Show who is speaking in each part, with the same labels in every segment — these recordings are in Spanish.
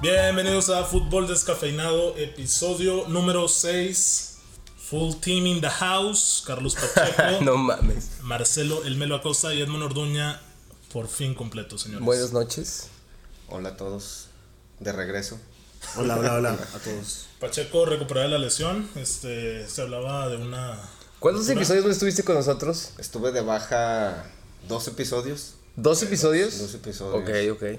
Speaker 1: bienvenidos a Fútbol Descafeinado, episodio número 6. Full team in the house. Carlos Pacheco,
Speaker 2: no mames.
Speaker 1: Marcelo El Melo Acosta y Edmond Orduña. Por fin completo, señores.
Speaker 2: Buenas noches.
Speaker 3: Hola a todos. De regreso.
Speaker 4: Hola, hola, hola a todos.
Speaker 1: Pacheco recuperaba la lesión. Este, se hablaba de una.
Speaker 2: ¿Cuántos episodios no estuviste con nosotros?
Speaker 3: Estuve de baja dos episodios.
Speaker 2: ¿Dos episodios?
Speaker 3: Dos episodios.
Speaker 2: Ok, ok.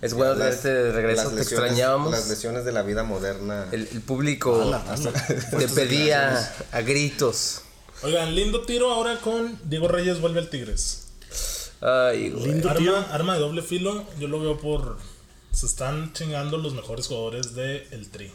Speaker 2: Es bueno
Speaker 3: Las-
Speaker 2: tenerte de regreso,
Speaker 3: las
Speaker 2: te
Speaker 3: lesiones-
Speaker 2: extrañábamos.
Speaker 3: Las lesiones Ah, de la vida moderna.
Speaker 2: El, el público
Speaker 4: Hola, hasta-
Speaker 2: te pedía a gritos.
Speaker 1: Oigan, lindo tiro ahora con Diego Reyes vuelve al Tigres.
Speaker 2: Ay, güey.
Speaker 4: Lindo tío.
Speaker 1: Arma, arma de doble filo, yo lo veo por. Se están chingando los mejores jugadores del el Tri.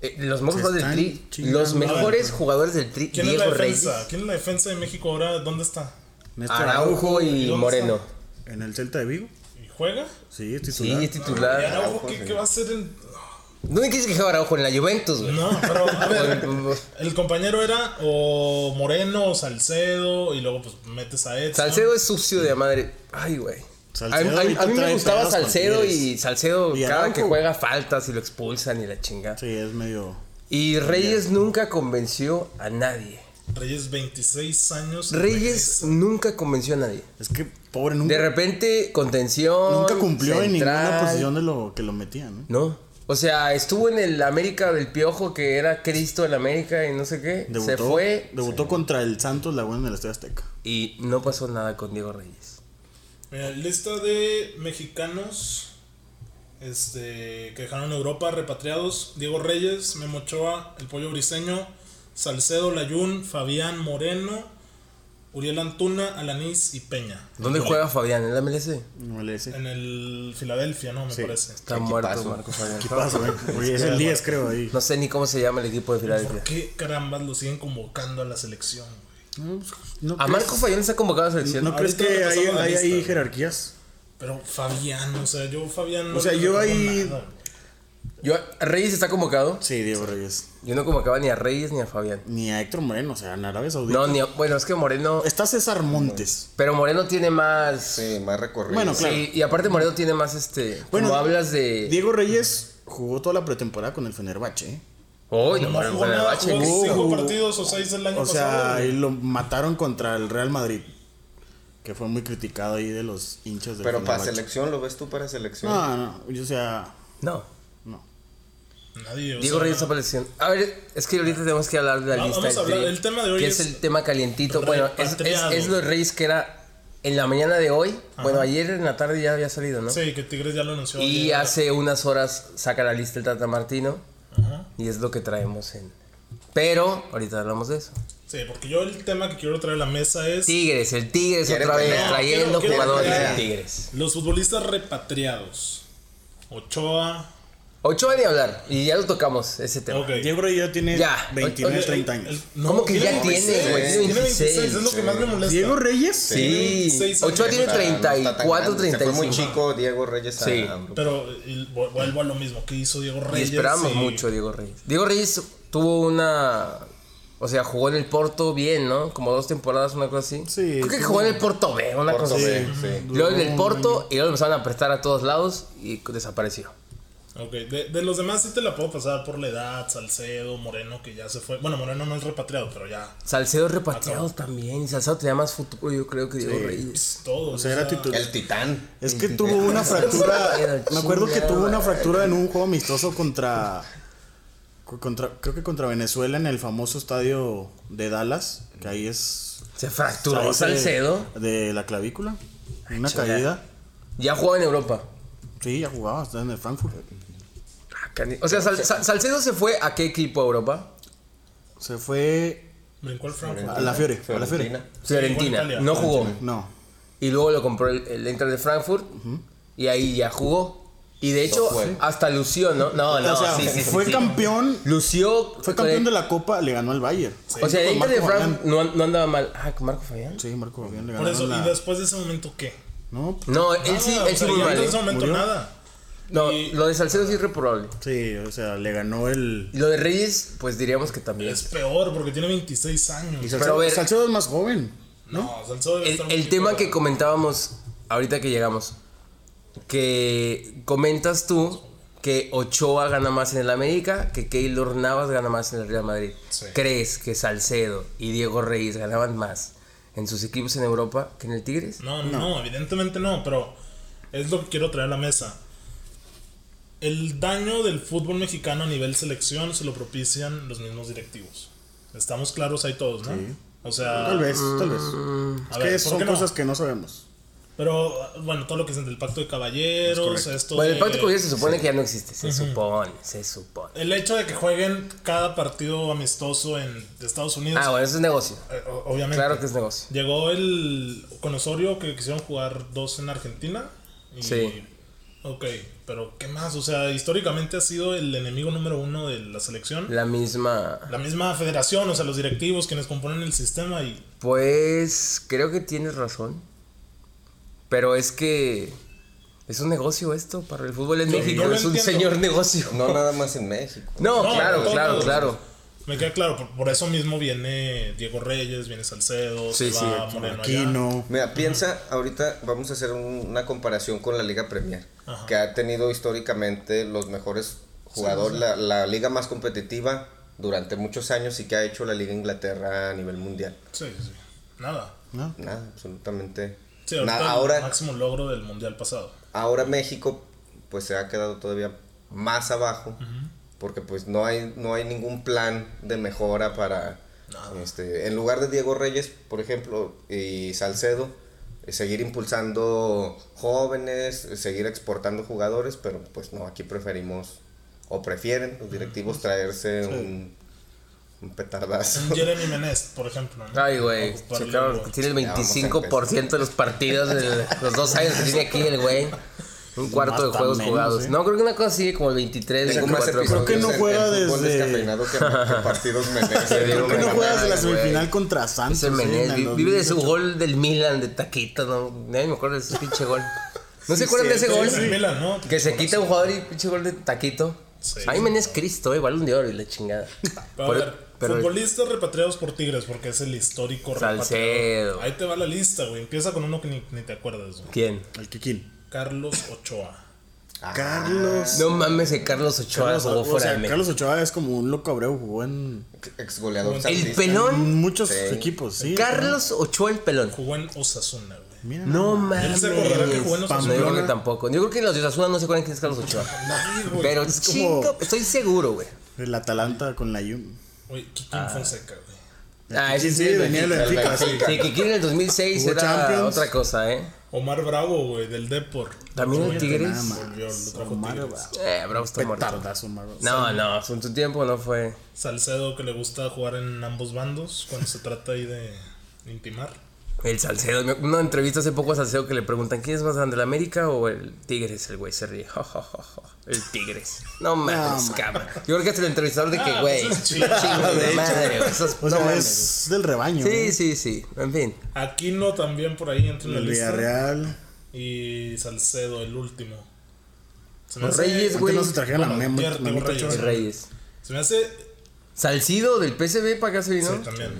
Speaker 2: Eh, Los mejores jugadores del
Speaker 4: están
Speaker 2: Tri.
Speaker 4: chingando.
Speaker 2: Los mejores
Speaker 3: Ah,
Speaker 2: jugadores del Tri.
Speaker 1: ¿Quién
Speaker 2: Diego
Speaker 1: es la
Speaker 2: Reyes,
Speaker 1: defensa? ¿Quién es la defensa de México ahora? ¿Dónde está?
Speaker 3: Este,
Speaker 4: Néstor
Speaker 2: Araujo
Speaker 1: ¿Y
Speaker 2: y
Speaker 1: dónde
Speaker 2: Moreno.
Speaker 1: está?
Speaker 4: En el Celta de Vigo.
Speaker 1: ¿Y juega?
Speaker 4: Sí, es
Speaker 2: Sí,
Speaker 4: titular.
Speaker 2: es
Speaker 1: ¿Y
Speaker 2: titular.
Speaker 1: Araujo
Speaker 3: Araujo,
Speaker 1: qué,
Speaker 3: sí.
Speaker 1: qué va a hacer en.?
Speaker 2: ¿Dónde quieres que juegue Araujo? En la Juventus, güey.
Speaker 1: No, pero a ver,
Speaker 2: Con-
Speaker 1: el compañero era o Moreno o Salcedo y luego pues metes a Edson.
Speaker 2: Salcedo es sucio de la madre. Ay, güey. A,
Speaker 4: Salcedo
Speaker 2: a- a
Speaker 4: ahorita
Speaker 2: mí me
Speaker 4: trae
Speaker 2: gustaba
Speaker 4: pedos con
Speaker 2: Salcedo y
Speaker 4: Tigres.
Speaker 2: Salcedo
Speaker 4: Y
Speaker 2: cada
Speaker 4: Araujo.
Speaker 2: que juega faltas y lo expulsan y la chinga.
Speaker 4: Sí, es medio.
Speaker 2: Y Reyes nunca convenció a nadie.
Speaker 1: Reyes 26 años.
Speaker 2: Reyes nunca convenció a nadie.
Speaker 4: Es que pobre,
Speaker 2: De
Speaker 4: nunca,
Speaker 2: repente, contención.
Speaker 4: nunca cumplió en ninguna
Speaker 2: central.
Speaker 4: posición de lo que lo metían. ¿no?
Speaker 2: No. O sea, estuvo en el América del Piojo, que era Cristo en América y no sé qué.
Speaker 4: Debutó,
Speaker 2: Se fue
Speaker 4: Debutó contra el Santos Laguna en el Estadio Azteca.
Speaker 2: y no pasó nada con Diego Reyes.
Speaker 1: Mira, lista de mexicanos este, que dejaron Europa repatriados: Diego Reyes, Memo Ochoa, El Pollo Briseño, Salcedo Layún, Fabián Moreno, Uriel Antuna, Alanís y Peña.
Speaker 2: ¿Dónde juega Fabián? ¿En la MLS?
Speaker 4: No le dice.
Speaker 1: En el Filadelfia, ¿no? Me parece.
Speaker 2: Está
Speaker 3: Equipazo.
Speaker 2: muerto Marco Fabián.
Speaker 4: ¿Qué pasa, güey? Oye, es el 10, creo, ahí.
Speaker 2: No sé ni cómo se llama el equipo de
Speaker 1: ¿Por
Speaker 2: Filadelfia.
Speaker 1: qué carambas lo siguen convocando a la selección? güey?
Speaker 4: No,
Speaker 2: A Marco Fabián se ha convocado a la selección.
Speaker 4: ¿No crees
Speaker 1: Ahorita
Speaker 4: que
Speaker 1: lo
Speaker 4: hay,
Speaker 1: pasamos la
Speaker 4: hay
Speaker 1: lista,
Speaker 4: ahí
Speaker 1: güey.
Speaker 4: jerarquías?
Speaker 1: Pero Fabián, o sea, yo Fabián no.
Speaker 4: O sea,
Speaker 1: le
Speaker 4: yo
Speaker 1: veo
Speaker 4: ahí-
Speaker 1: nada, güey.
Speaker 2: Yo, Reyes está convocado.
Speaker 4: Sí, Diego Reyes.
Speaker 2: Yo no convocaba ni a Reyes ni a Fabián.
Speaker 4: Ni a Héctor Moreno, o sea, en Arabia Saudita.
Speaker 2: No, ni a- bueno, es que Moreno.
Speaker 4: Está César Montes.
Speaker 2: Pero Moreno tiene más.
Speaker 3: Sí, más recorrido.
Speaker 4: Bueno, claro.
Speaker 2: Sí, y aparte Moreno tiene más este.
Speaker 4: Bueno,
Speaker 2: como hablas de.
Speaker 4: Diego Reyes jugó toda la pretemporada con el Fenerbahce. ¿eh?
Speaker 2: Uy, no,
Speaker 1: No
Speaker 2: Moreno
Speaker 1: jugó nada,
Speaker 2: Fenerbahce,
Speaker 1: jugó
Speaker 2: Cristo.
Speaker 1: cinco partidos o seis el año
Speaker 4: O
Speaker 1: pasado.
Speaker 4: sea,
Speaker 1: güey.
Speaker 4: y lo mataron contra el Real Madrid. Que fue muy criticado ahí de los hinchas del
Speaker 3: Pero para
Speaker 4: Fenerbahce.
Speaker 3: selección, ¿lo ves tú para selección?
Speaker 4: No, no, yo, o sea,
Speaker 2: No.
Speaker 4: no.
Speaker 1: Nadie, o
Speaker 2: Diego
Speaker 1: sea,
Speaker 2: Reyes está para la selección. A ver, es que ahorita tenemos que hablar de la
Speaker 1: Va-
Speaker 2: lista.
Speaker 1: Ah, vamos a hablar,
Speaker 2: del Tri,
Speaker 1: el tema de hoy
Speaker 2: Que
Speaker 1: es
Speaker 2: es el tema calientito. Bueno, es, es,
Speaker 1: repatriado.
Speaker 2: es lo de Reyes que era en la mañana de hoy. Bueno, ayer en la tarde ya había salido, ¿no?
Speaker 1: Sí, que Tigres ya lo anunció.
Speaker 2: Y
Speaker 1: ayer.
Speaker 2: hace unas horas saca la lista el Tata Martino.
Speaker 1: Ajá.
Speaker 2: Y es lo que traemos en. Pero, ahorita hablamos de eso.
Speaker 1: Sí, porque yo el tema que quiero traer a la mesa es
Speaker 2: Tigres, el Tigres
Speaker 3: Quiere
Speaker 2: otra vez,
Speaker 3: pelear.
Speaker 1: Quiero-
Speaker 2: trayendo
Speaker 1: quiero
Speaker 2: jugadores
Speaker 1: pelear.
Speaker 2: de Tigres.
Speaker 1: los futbolistas repatriados. Ochoa.
Speaker 2: Ochoa ni hablar, y ya lo tocamos ese tema.
Speaker 1: Ok.
Speaker 4: Diego Reyes ya tiene
Speaker 2: Ya.
Speaker 4: 29,
Speaker 2: Oye,
Speaker 4: 30 años.
Speaker 1: El-
Speaker 2: ¿Cómo que ya tiene,
Speaker 1: 26,
Speaker 2: güey?
Speaker 1: Tiene 26, es lo que
Speaker 3: sí.
Speaker 1: más me molesta.
Speaker 4: ¿Diego Reyes?
Speaker 2: Sí,
Speaker 1: seis años.
Speaker 2: Ochoa tiene
Speaker 3: O sea, no está tan
Speaker 2: 34,
Speaker 3: grande. Se
Speaker 2: 35.
Speaker 3: fue muy chico Diego Reyes a-
Speaker 2: Sí.
Speaker 3: a-
Speaker 1: Pero y vu- vuelvo a lo mismo que hizo Diego
Speaker 2: Y
Speaker 1: Reyes.
Speaker 2: esperamos
Speaker 1: y-
Speaker 2: mucho a Diego Reyes. Diego Reyes tuvo una. O sea, jugó en el Porto bien, ¿no? Como dos temporadas, una cosa así.
Speaker 4: Sí,
Speaker 2: Creo que
Speaker 4: tuvo-
Speaker 2: jugó en el Porto B, una
Speaker 3: Porto
Speaker 2: cosa
Speaker 3: B,
Speaker 2: así.
Speaker 3: sí.
Speaker 2: Luego en el Porto y luego empezaron a prestar a todos lados y desapareció.
Speaker 1: Ok, de, de los demás sí te la puedo pasar por la edad, Salcedo, Moreno, que ya se fue. Bueno, Moreno no es repatriado, pero ya.
Speaker 2: Salcedo repatriado también. y Salcedo tenía más futuro, yo creo que Diego Reyes.
Speaker 1: Todo.
Speaker 4: O sea, era titular.
Speaker 3: El titán.
Speaker 4: Es que tuvo una fractura.
Speaker 2: Era
Speaker 4: me acuerdo que tuvo una
Speaker 2: chingada.
Speaker 4: fractura en un juego amistoso contra, co- contra. Creo que contra Venezuela en el famoso estadio de Dallas. Que ahí es.
Speaker 2: Se fracturó
Speaker 4: ahí se-
Speaker 2: Salcedo.
Speaker 4: De la clavícula. Una
Speaker 2: chingada.
Speaker 4: caída.
Speaker 2: Ya jugaba en Europa.
Speaker 4: Sí, ya jugaba, estaba en el Frankfurt.
Speaker 2: Ah, cani- O sea, Sal- Sal- Salcedo se fue a qué equipo a Europa?
Speaker 4: Se fue
Speaker 1: Brincó el Frankfurt.
Speaker 4: a la Fiore. A la Fiore.
Speaker 3: Fiorentina.
Speaker 2: Fiorentina.
Speaker 1: con Italia.
Speaker 2: No jugó.
Speaker 4: No.
Speaker 2: Y luego lo compró el, el Inter de Frankfurt. Y ahí ya jugó. Y de hecho,
Speaker 3: fue.
Speaker 2: hasta lució, ¿no? No, no,
Speaker 4: o sea,
Speaker 2: sí, sí, sí,
Speaker 4: fue
Speaker 2: sí.
Speaker 4: campeón.
Speaker 2: Lució.
Speaker 4: Fue campeón de la Copa, le ganó al Bayern.
Speaker 2: O sea, el
Speaker 4: Con
Speaker 2: Inter de
Speaker 4: Marco
Speaker 2: Frankfurt no, no andaba mal. Ah, ¿con Marco Fabián.
Speaker 4: Sí, Marco Fabián le
Speaker 1: Por
Speaker 4: ganó.
Speaker 1: eso,
Speaker 4: la-
Speaker 1: y después de ese momento, ¿qué?
Speaker 4: No, pues,
Speaker 2: No, él sí,
Speaker 1: Nada,
Speaker 2: él
Speaker 1: o
Speaker 2: sí
Speaker 1: sea,
Speaker 2: muy
Speaker 1: ya
Speaker 2: mal.
Speaker 1: En
Speaker 2: ¿eh?
Speaker 1: ese momento
Speaker 4: Murió.
Speaker 1: nada.
Speaker 2: No,
Speaker 1: Y-
Speaker 2: lo de Salcedo sí es reprobable.
Speaker 4: sí, o sea, le ganó el.
Speaker 2: Y lo de Reyes, pues diríamos que también.
Speaker 1: Es peor porque tiene 26 años.
Speaker 2: Pero
Speaker 4: Y
Speaker 2: a
Speaker 4: Salcedo,
Speaker 2: ver-
Speaker 4: Salcedo es más joven.
Speaker 1: No, Salcedo debe
Speaker 2: El,
Speaker 1: estar muy
Speaker 2: el tema que
Speaker 1: equivocado.
Speaker 2: comentábamos ahorita que llegamos, que comentas tú que Ochoa gana más en el América, que Keylor Navas gana más en el Real Madrid.
Speaker 1: Sí.
Speaker 2: ¿Crees que Salcedo y Diego Reyes ganaban más en sus equipos en Europa que en el Tigres?
Speaker 1: No, no, evidentemente no, pero es lo que quiero traer a la mesa. El daño del fútbol mexicano a nivel selección se lo propician los mismos directivos. Estamos claros ahí todos, ¿no? O sea,
Speaker 4: Tal vez, tal vez.
Speaker 1: Mm. a
Speaker 4: Es
Speaker 1: ver,
Speaker 4: que
Speaker 1: ¿por
Speaker 4: son
Speaker 1: qué no?
Speaker 4: cosas que no sabemos.
Speaker 1: Pero bueno, todo lo que es del pacto de caballeros, esto
Speaker 2: Bueno,
Speaker 1: de-
Speaker 2: el Pacto Cubierto se supone que ya no existe, se supone, se supone.
Speaker 1: el hecho de que jueguen cada partido amistoso en Estados Unidos,
Speaker 2: Ah, bueno, eso es negocio.
Speaker 1: eh, o- obviamente.
Speaker 2: Claro que es negocio.
Speaker 1: Llegó el con Osorio que quisieron jugar dos en Argentina. Y,
Speaker 2: Sí.
Speaker 1: Ok, pero ¿qué más? O sea, históricamente ha sido el enemigo número uno de la selección.
Speaker 2: La misma...
Speaker 1: La misma federación, o sea, los directivos quienes componen el sistema y...
Speaker 2: Pues creo que tienes razón. Pero es que es un negocio esto para el fútbol en
Speaker 1: Yo-
Speaker 2: México.
Speaker 1: yo lo
Speaker 2: es un
Speaker 1: entiendo.
Speaker 2: señor negocio.
Speaker 3: No nada más en México.
Speaker 2: No,
Speaker 1: No,
Speaker 2: claro,
Speaker 1: todo.
Speaker 2: claro, claro.
Speaker 1: Me queda claro, por, por eso mismo viene Diego Reyes, viene Salcedo,
Speaker 2: Sí,
Speaker 1: se
Speaker 2: sí,
Speaker 1: va Moreno allá.
Speaker 4: Aquí no.
Speaker 3: Mira, piensa, ahorita vamos a hacer un- una comparación con la Liga Premier, que ha tenido históricamente los mejores jugadores, La, la liga más competitiva durante muchos años y que ha hecho la Liga Inglaterra a nivel mundial.
Speaker 1: Sí, sí, sí. Nada.
Speaker 4: ¿no?
Speaker 3: Nada, absolutamente.
Speaker 1: Sí, ahorita
Speaker 3: nada.
Speaker 1: el
Speaker 3: Ahora,
Speaker 1: máximo logro del mundial pasado.
Speaker 3: ahora México pues se ha quedado todavía más abajo porque pues no hay no hay ningún plan de mejora para este en lugar de Diego Reyes por ejemplo y Salcedo eh, seguir impulsando jóvenes eh, seguir exportando jugadores pero pues no aquí preferimos o prefieren los directivos traerse un, un petardazo
Speaker 1: Un Jeremy Menez, por ejemplo. ¿no?
Speaker 2: Ay, güey.
Speaker 1: Ocuparle
Speaker 2: sí, claro,
Speaker 1: algo.
Speaker 2: que tiene el
Speaker 3: Ya vamos a
Speaker 2: 25% de los partidos de los dos años que tiene aquí el güey. Un
Speaker 1: Pues
Speaker 2: cuarto de
Speaker 4: Más
Speaker 2: juegos
Speaker 4: tan menos,
Speaker 2: jugados.
Speaker 4: ¿eh?
Speaker 2: No, creo que una cosa sigue como el 23,
Speaker 3: Tengo más
Speaker 2: 24.
Speaker 3: episodios
Speaker 4: que no
Speaker 3: en- en
Speaker 4: juega
Speaker 3: fútbol
Speaker 4: desde-
Speaker 3: descafeinado que, que partidos merecen.
Speaker 2: Creo
Speaker 4: ¿Por qué no
Speaker 3: Ay,
Speaker 4: juegas en la
Speaker 3: güey.
Speaker 4: semifinal contra Santos?
Speaker 2: Ese
Speaker 4: eh,
Speaker 2: Menés,
Speaker 4: en
Speaker 2: vi-
Speaker 4: el
Speaker 2: vive de su
Speaker 4: 2018?
Speaker 2: gol del Milan de taquito, no, nadie me acuerdo de ese pinche gol. ¿No se acuerdan de ese
Speaker 1: Sí,
Speaker 2: gol?
Speaker 1: es el Milan, ¿no?
Speaker 2: Que se quita un jugador y pinche gol de taquito.
Speaker 1: Sí.
Speaker 2: Ahí Menés Cristo, eh, igual un de oro y la chingada.
Speaker 1: Pero,
Speaker 2: Por-
Speaker 1: a ver,
Speaker 2: pero-
Speaker 1: futbolistas repatriados por Tigres, porque es el histórico
Speaker 2: Salcedo.
Speaker 1: repatriado. Ahí te va la lista, güey. Empieza con uno que ni, ni te acuerdas, güey.
Speaker 2: ¿Quién?
Speaker 4: El Kikín.
Speaker 1: Carlos Ochoa.
Speaker 2: Ah,
Speaker 4: Carlos.
Speaker 2: No mames, que Carlos Ochoa
Speaker 4: Carlos,
Speaker 2: jugó
Speaker 4: o
Speaker 2: fuera de
Speaker 4: sea,
Speaker 2: México.
Speaker 4: Carlos Ochoa es como un loco abreu, jugó en
Speaker 3: Ex goleador
Speaker 2: El
Speaker 3: santista.
Speaker 2: pelón.
Speaker 4: muchos equipos, sí.
Speaker 2: Carlos Ochoa el pelón.
Speaker 1: Jugó en Osasuna, güey.
Speaker 4: Mira,
Speaker 2: No mames.
Speaker 1: se acordará que jugó en Osasuna.
Speaker 2: No, yo creo que tampoco. Yo creo que los de Osasuna no se acuerdan quién es Carlos Ochoa.
Speaker 1: Nadie, güey.
Speaker 2: Pero
Speaker 4: como-
Speaker 2: chingo, estoy seguro, güey.
Speaker 4: el Atalanta con la Yum.
Speaker 1: Güey, Kikín Fonseca, güey.
Speaker 2: Ah, ese
Speaker 4: Sí,
Speaker 2: sí,
Speaker 4: sí,
Speaker 2: es
Speaker 4: venía el
Speaker 2: Benfica.
Speaker 4: Benfica, sí.
Speaker 2: Sí, que quiere en el 2006
Speaker 4: Jugó
Speaker 2: era
Speaker 4: Champions.
Speaker 2: otra cosa, ¿eh?
Speaker 1: Omar Bravo, güey, del Depor.
Speaker 2: También el Tigres.
Speaker 4: Nada más.
Speaker 1: Volvió, lo trajo
Speaker 4: Omar
Speaker 1: Tigres.
Speaker 4: Bravo.
Speaker 2: Eh, bravo, está muerto.
Speaker 4: Petardazo, Omar Bravo.
Speaker 2: No, no, en su tiempo no fue.
Speaker 1: Salcedo, que le gusta jugar en ambos bandos cuando se trata ahí de intimar.
Speaker 2: El Salcedo. me- Una entrevista hace poco a Salcedo que le preguntan: ¿quién es más grande, el América o el Tigres? El güey se ríe. jo, jo, jo, jo, El Tigres. No mames,
Speaker 4: man.
Speaker 2: cabrón. Yo creo que es el entrevistador de que,
Speaker 1: Ah,
Speaker 2: güey.
Speaker 1: pues es
Speaker 2: chingo
Speaker 1: chido, de
Speaker 2: de
Speaker 1: hecho.
Speaker 2: madre, güey, esos-
Speaker 4: O
Speaker 2: no
Speaker 4: sea,
Speaker 2: mames.
Speaker 4: es del rebaño.
Speaker 2: Sí,
Speaker 4: ¿no?
Speaker 2: sí, sí. En fin.
Speaker 1: Aquino también por ahí entra en la
Speaker 4: El
Speaker 1: lista.
Speaker 4: Villarreal.
Speaker 1: Y Salcedo, el último. Se me
Speaker 2: Los
Speaker 1: hace-
Speaker 2: Reyes,
Speaker 4: Antes
Speaker 2: güey.
Speaker 4: no se trajeron
Speaker 1: Bueno,
Speaker 4: la
Speaker 1: Pierre,
Speaker 4: memo.
Speaker 1: tengo Reyes.
Speaker 2: El Reyes.
Speaker 1: Se me hace
Speaker 2: Salcido del PSV para acá se vino.
Speaker 1: Sí, también.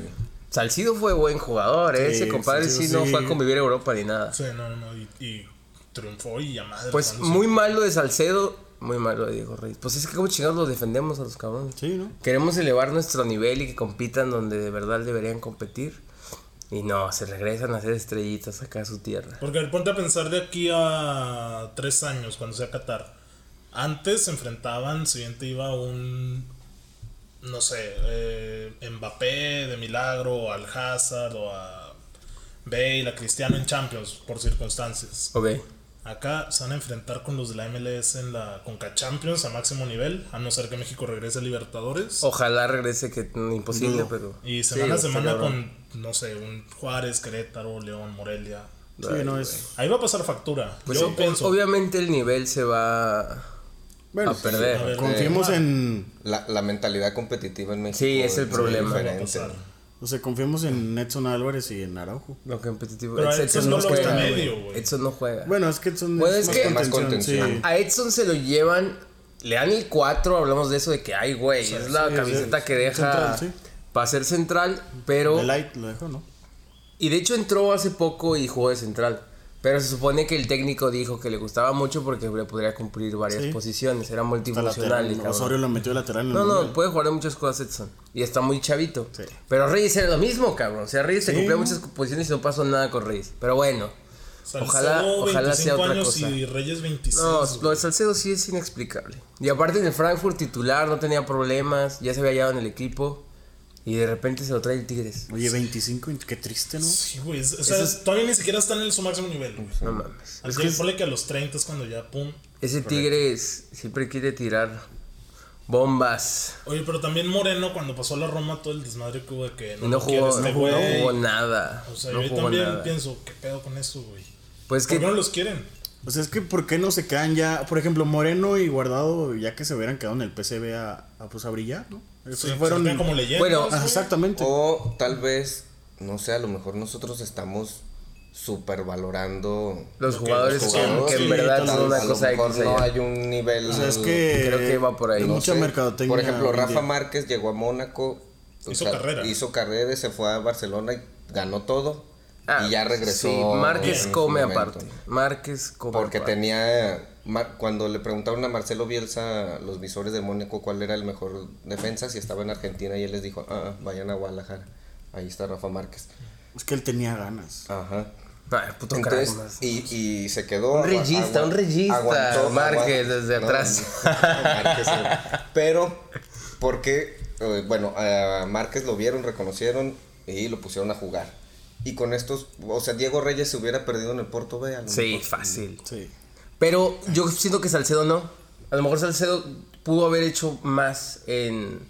Speaker 2: Salcido fue buen jugador, ¿eh?
Speaker 4: Sí,
Speaker 2: ese compadre sí,
Speaker 4: Salcido
Speaker 2: no
Speaker 4: sí.
Speaker 2: fue a convivir a Europa ni nada.
Speaker 1: Sí, no, no, y, y triunfó y a madre.
Speaker 2: Pues
Speaker 1: cuando
Speaker 2: muy malo de Salcedo, muy malo de Diego Reyes. Pues es que como chingados los defendemos a los cabrones.
Speaker 4: Sí, ¿no?
Speaker 2: Queremos elevar nuestro nivel y que compitan donde de verdad deberían competir. Y no, se regresan a hacer estrellitas acá a su tierra.
Speaker 1: se- Porque a ver, ponte a pensar de aquí a tres años, cuando sea Qatar. Antes se enfrentaban, siguiente iba un. No sé, eh, Mbappé de milagro, o al Hazard, o a Bale, a Cristiano en Champions, por circunstancias.
Speaker 2: Ok.
Speaker 1: Acá se van a enfrentar con los de la MLS en la Conca Champions a máximo nivel, a no ser que México regrese a Libertadores.
Speaker 2: Ojalá regrese, que mm, imposible,
Speaker 4: Dudo.
Speaker 2: pero.
Speaker 1: Y semana
Speaker 2: Sí,
Speaker 1: a semana
Speaker 2: está cabrón.
Speaker 1: con, no sé, un Juárez, Querétaro, León, Morelia.
Speaker 4: Sí, no es.
Speaker 1: Ahí va a pasar factura.
Speaker 2: Pues
Speaker 1: Yo
Speaker 2: sí,
Speaker 1: pienso.
Speaker 2: obviamente el nivel se va.
Speaker 4: Bueno,
Speaker 2: A perder. Ah.
Speaker 1: A ver,
Speaker 4: confiemos
Speaker 1: eh,
Speaker 4: en.
Speaker 3: La, la mentalidad competitiva en México.
Speaker 2: Sí, es el problema.
Speaker 1: va a
Speaker 3: diferente.
Speaker 1: pasar.
Speaker 4: O sea, confiemos en Edson Álvarez y en Araujo.
Speaker 2: Lo competitivo.
Speaker 1: Pero a
Speaker 2: Edson,
Speaker 1: Edson
Speaker 2: no
Speaker 1: no lo
Speaker 2: juega.
Speaker 1: ves
Speaker 2: güey.
Speaker 1: medio, güey.
Speaker 2: Edson no juega.
Speaker 4: Bueno, es que Edson
Speaker 2: Bueno, Pues es
Speaker 4: es,
Speaker 2: que- Ah,
Speaker 3: Más
Speaker 4: más contención.
Speaker 3: contención.
Speaker 4: sí.
Speaker 2: A Edson se lo llevan, le dan el 4, hablamos de eso de que, ay, güey, es la
Speaker 4: sí,
Speaker 2: camiseta
Speaker 4: sí,
Speaker 2: que deja
Speaker 4: central, sí.
Speaker 2: para ser central, pero...
Speaker 4: De Light lo dejó, ¿no?
Speaker 2: Y de hecho entró hace poco y jugó de central. Pero se supone que el técnico dijo que le gustaba mucho porque le podría cumplir varias
Speaker 4: Sí.
Speaker 2: posiciones. Era
Speaker 4: Está
Speaker 2: multifuncional.
Speaker 4: lateral.
Speaker 2: y cabrón.
Speaker 4: Osorio lo metió de lateral en el
Speaker 2: No, no,
Speaker 4: Mundial.
Speaker 2: puede jugar en muchas cosas Edson. Y está muy chavito.
Speaker 4: Sí.
Speaker 2: Pero Reyes era lo mismo, cabrón. O sea, Reyes se
Speaker 4: Sí.
Speaker 2: cumplía muchas posiciones y no pasó nada con Reyes. Pero bueno.
Speaker 1: Salcedo,
Speaker 2: ojalá- ojalá sea
Speaker 1: 25
Speaker 2: otra
Speaker 1: años
Speaker 2: cosa.
Speaker 1: y Reyes 26.
Speaker 2: No,
Speaker 1: güey.
Speaker 2: lo de Salcedo sí es inexplicable. Y aparte en el Frankfurt titular no tenía problemas, ya se había hallado en el equipo. Y de repente se lo trae el Tigres.
Speaker 4: Oye, 25, qué triste, ¿no?
Speaker 1: Sí, güey. es- O sea, todavía ni siquiera está en el- su máximo nivel. güey.
Speaker 2: No mames.
Speaker 1: Así que ponle que a los 30 es cuando ya, pum.
Speaker 2: Ese Tigres siempre quiere tirar bombas.
Speaker 1: Oye, pero también Moreno, cuando pasó a la Roma, todo el desmadre que hubo de que
Speaker 2: Y no
Speaker 1: lo quiere
Speaker 2: jugó,
Speaker 1: este
Speaker 2: no jugó- no
Speaker 1: güey.
Speaker 2: jugó nada.
Speaker 1: O sea,
Speaker 2: no
Speaker 1: yo
Speaker 2: jugó
Speaker 1: también
Speaker 2: nada.
Speaker 1: pienso, ¿qué pedo con eso, güey?
Speaker 2: Pues
Speaker 1: ¿Por
Speaker 2: que
Speaker 1: qué no los quieren?
Speaker 4: O sea, es que ¿por qué no se quedan ya? Por ejemplo, Moreno y Guardado, ya que se hubieran quedado en el PCB a, a, pues, a brillar, ¿no?
Speaker 1: Sí,
Speaker 4: se
Speaker 1: se
Speaker 4: fueron...
Speaker 1: ven como leyendas.
Speaker 2: Bueno,
Speaker 4: Ajá,
Speaker 1: güey.
Speaker 4: exactamente.
Speaker 2: Oh,
Speaker 3: O tal vez, no sé, a lo mejor nosotros estamos supervalorando
Speaker 2: los
Speaker 1: que
Speaker 2: jugadores
Speaker 1: los
Speaker 2: que,
Speaker 1: jugadores,
Speaker 2: que
Speaker 1: sí,
Speaker 2: en verdad
Speaker 4: tal
Speaker 2: son una
Speaker 4: vez.
Speaker 3: a
Speaker 2: cosa
Speaker 3: lo mejor
Speaker 2: X
Speaker 3: no
Speaker 2: allá.
Speaker 3: hay un nivel
Speaker 4: O sea, es que...
Speaker 2: Creo que va por ahí.
Speaker 4: es
Speaker 2: No
Speaker 4: mucha
Speaker 3: sé.
Speaker 4: mercadotecnia.
Speaker 3: Por ejemplo, Rafa
Speaker 4: india.
Speaker 3: Márquez llegó a Mónaco. o
Speaker 1: Hizo carrera.
Speaker 3: Hizo carrera y se fue a Barcelona y ganó todo.
Speaker 2: Ah,
Speaker 3: y ya regresó.
Speaker 2: Sí,
Speaker 3: en
Speaker 2: Márquez
Speaker 3: su
Speaker 2: come
Speaker 3: momento.
Speaker 2: aparte. Márquez come
Speaker 3: Porque
Speaker 2: aparte.
Speaker 3: tenía. Mar- Cuando le preguntaron a Marcelo Bielsa, los visores de Mónaco, cuál era el mejor defensa, si estaba en Argentina, y él les dijo: "Ah, ah, vayan a Guadalajara. Ahí está Rafa Márquez.
Speaker 4: Es que él tenía ganas.
Speaker 3: Ajá.
Speaker 2: Ay, Ah, puto
Speaker 3: Entonces,
Speaker 2: carajo, más.
Speaker 3: y, y se quedó.
Speaker 2: Un regista, un regista, Márquez, desde atrás.
Speaker 3: Márquez, eh. pero, porque, eh, bueno, a Márquez lo vieron, reconocieron y lo pusieron a jugar. Y con estos, o sea, Diego Reyes se hubiera perdido en el Porto, ve. a lo
Speaker 2: Sí,
Speaker 3: mejor.
Speaker 2: fácil.
Speaker 4: Sí.
Speaker 2: Pero yo siento que Salcedo no. A lo mejor Salcedo pudo haber hecho más en.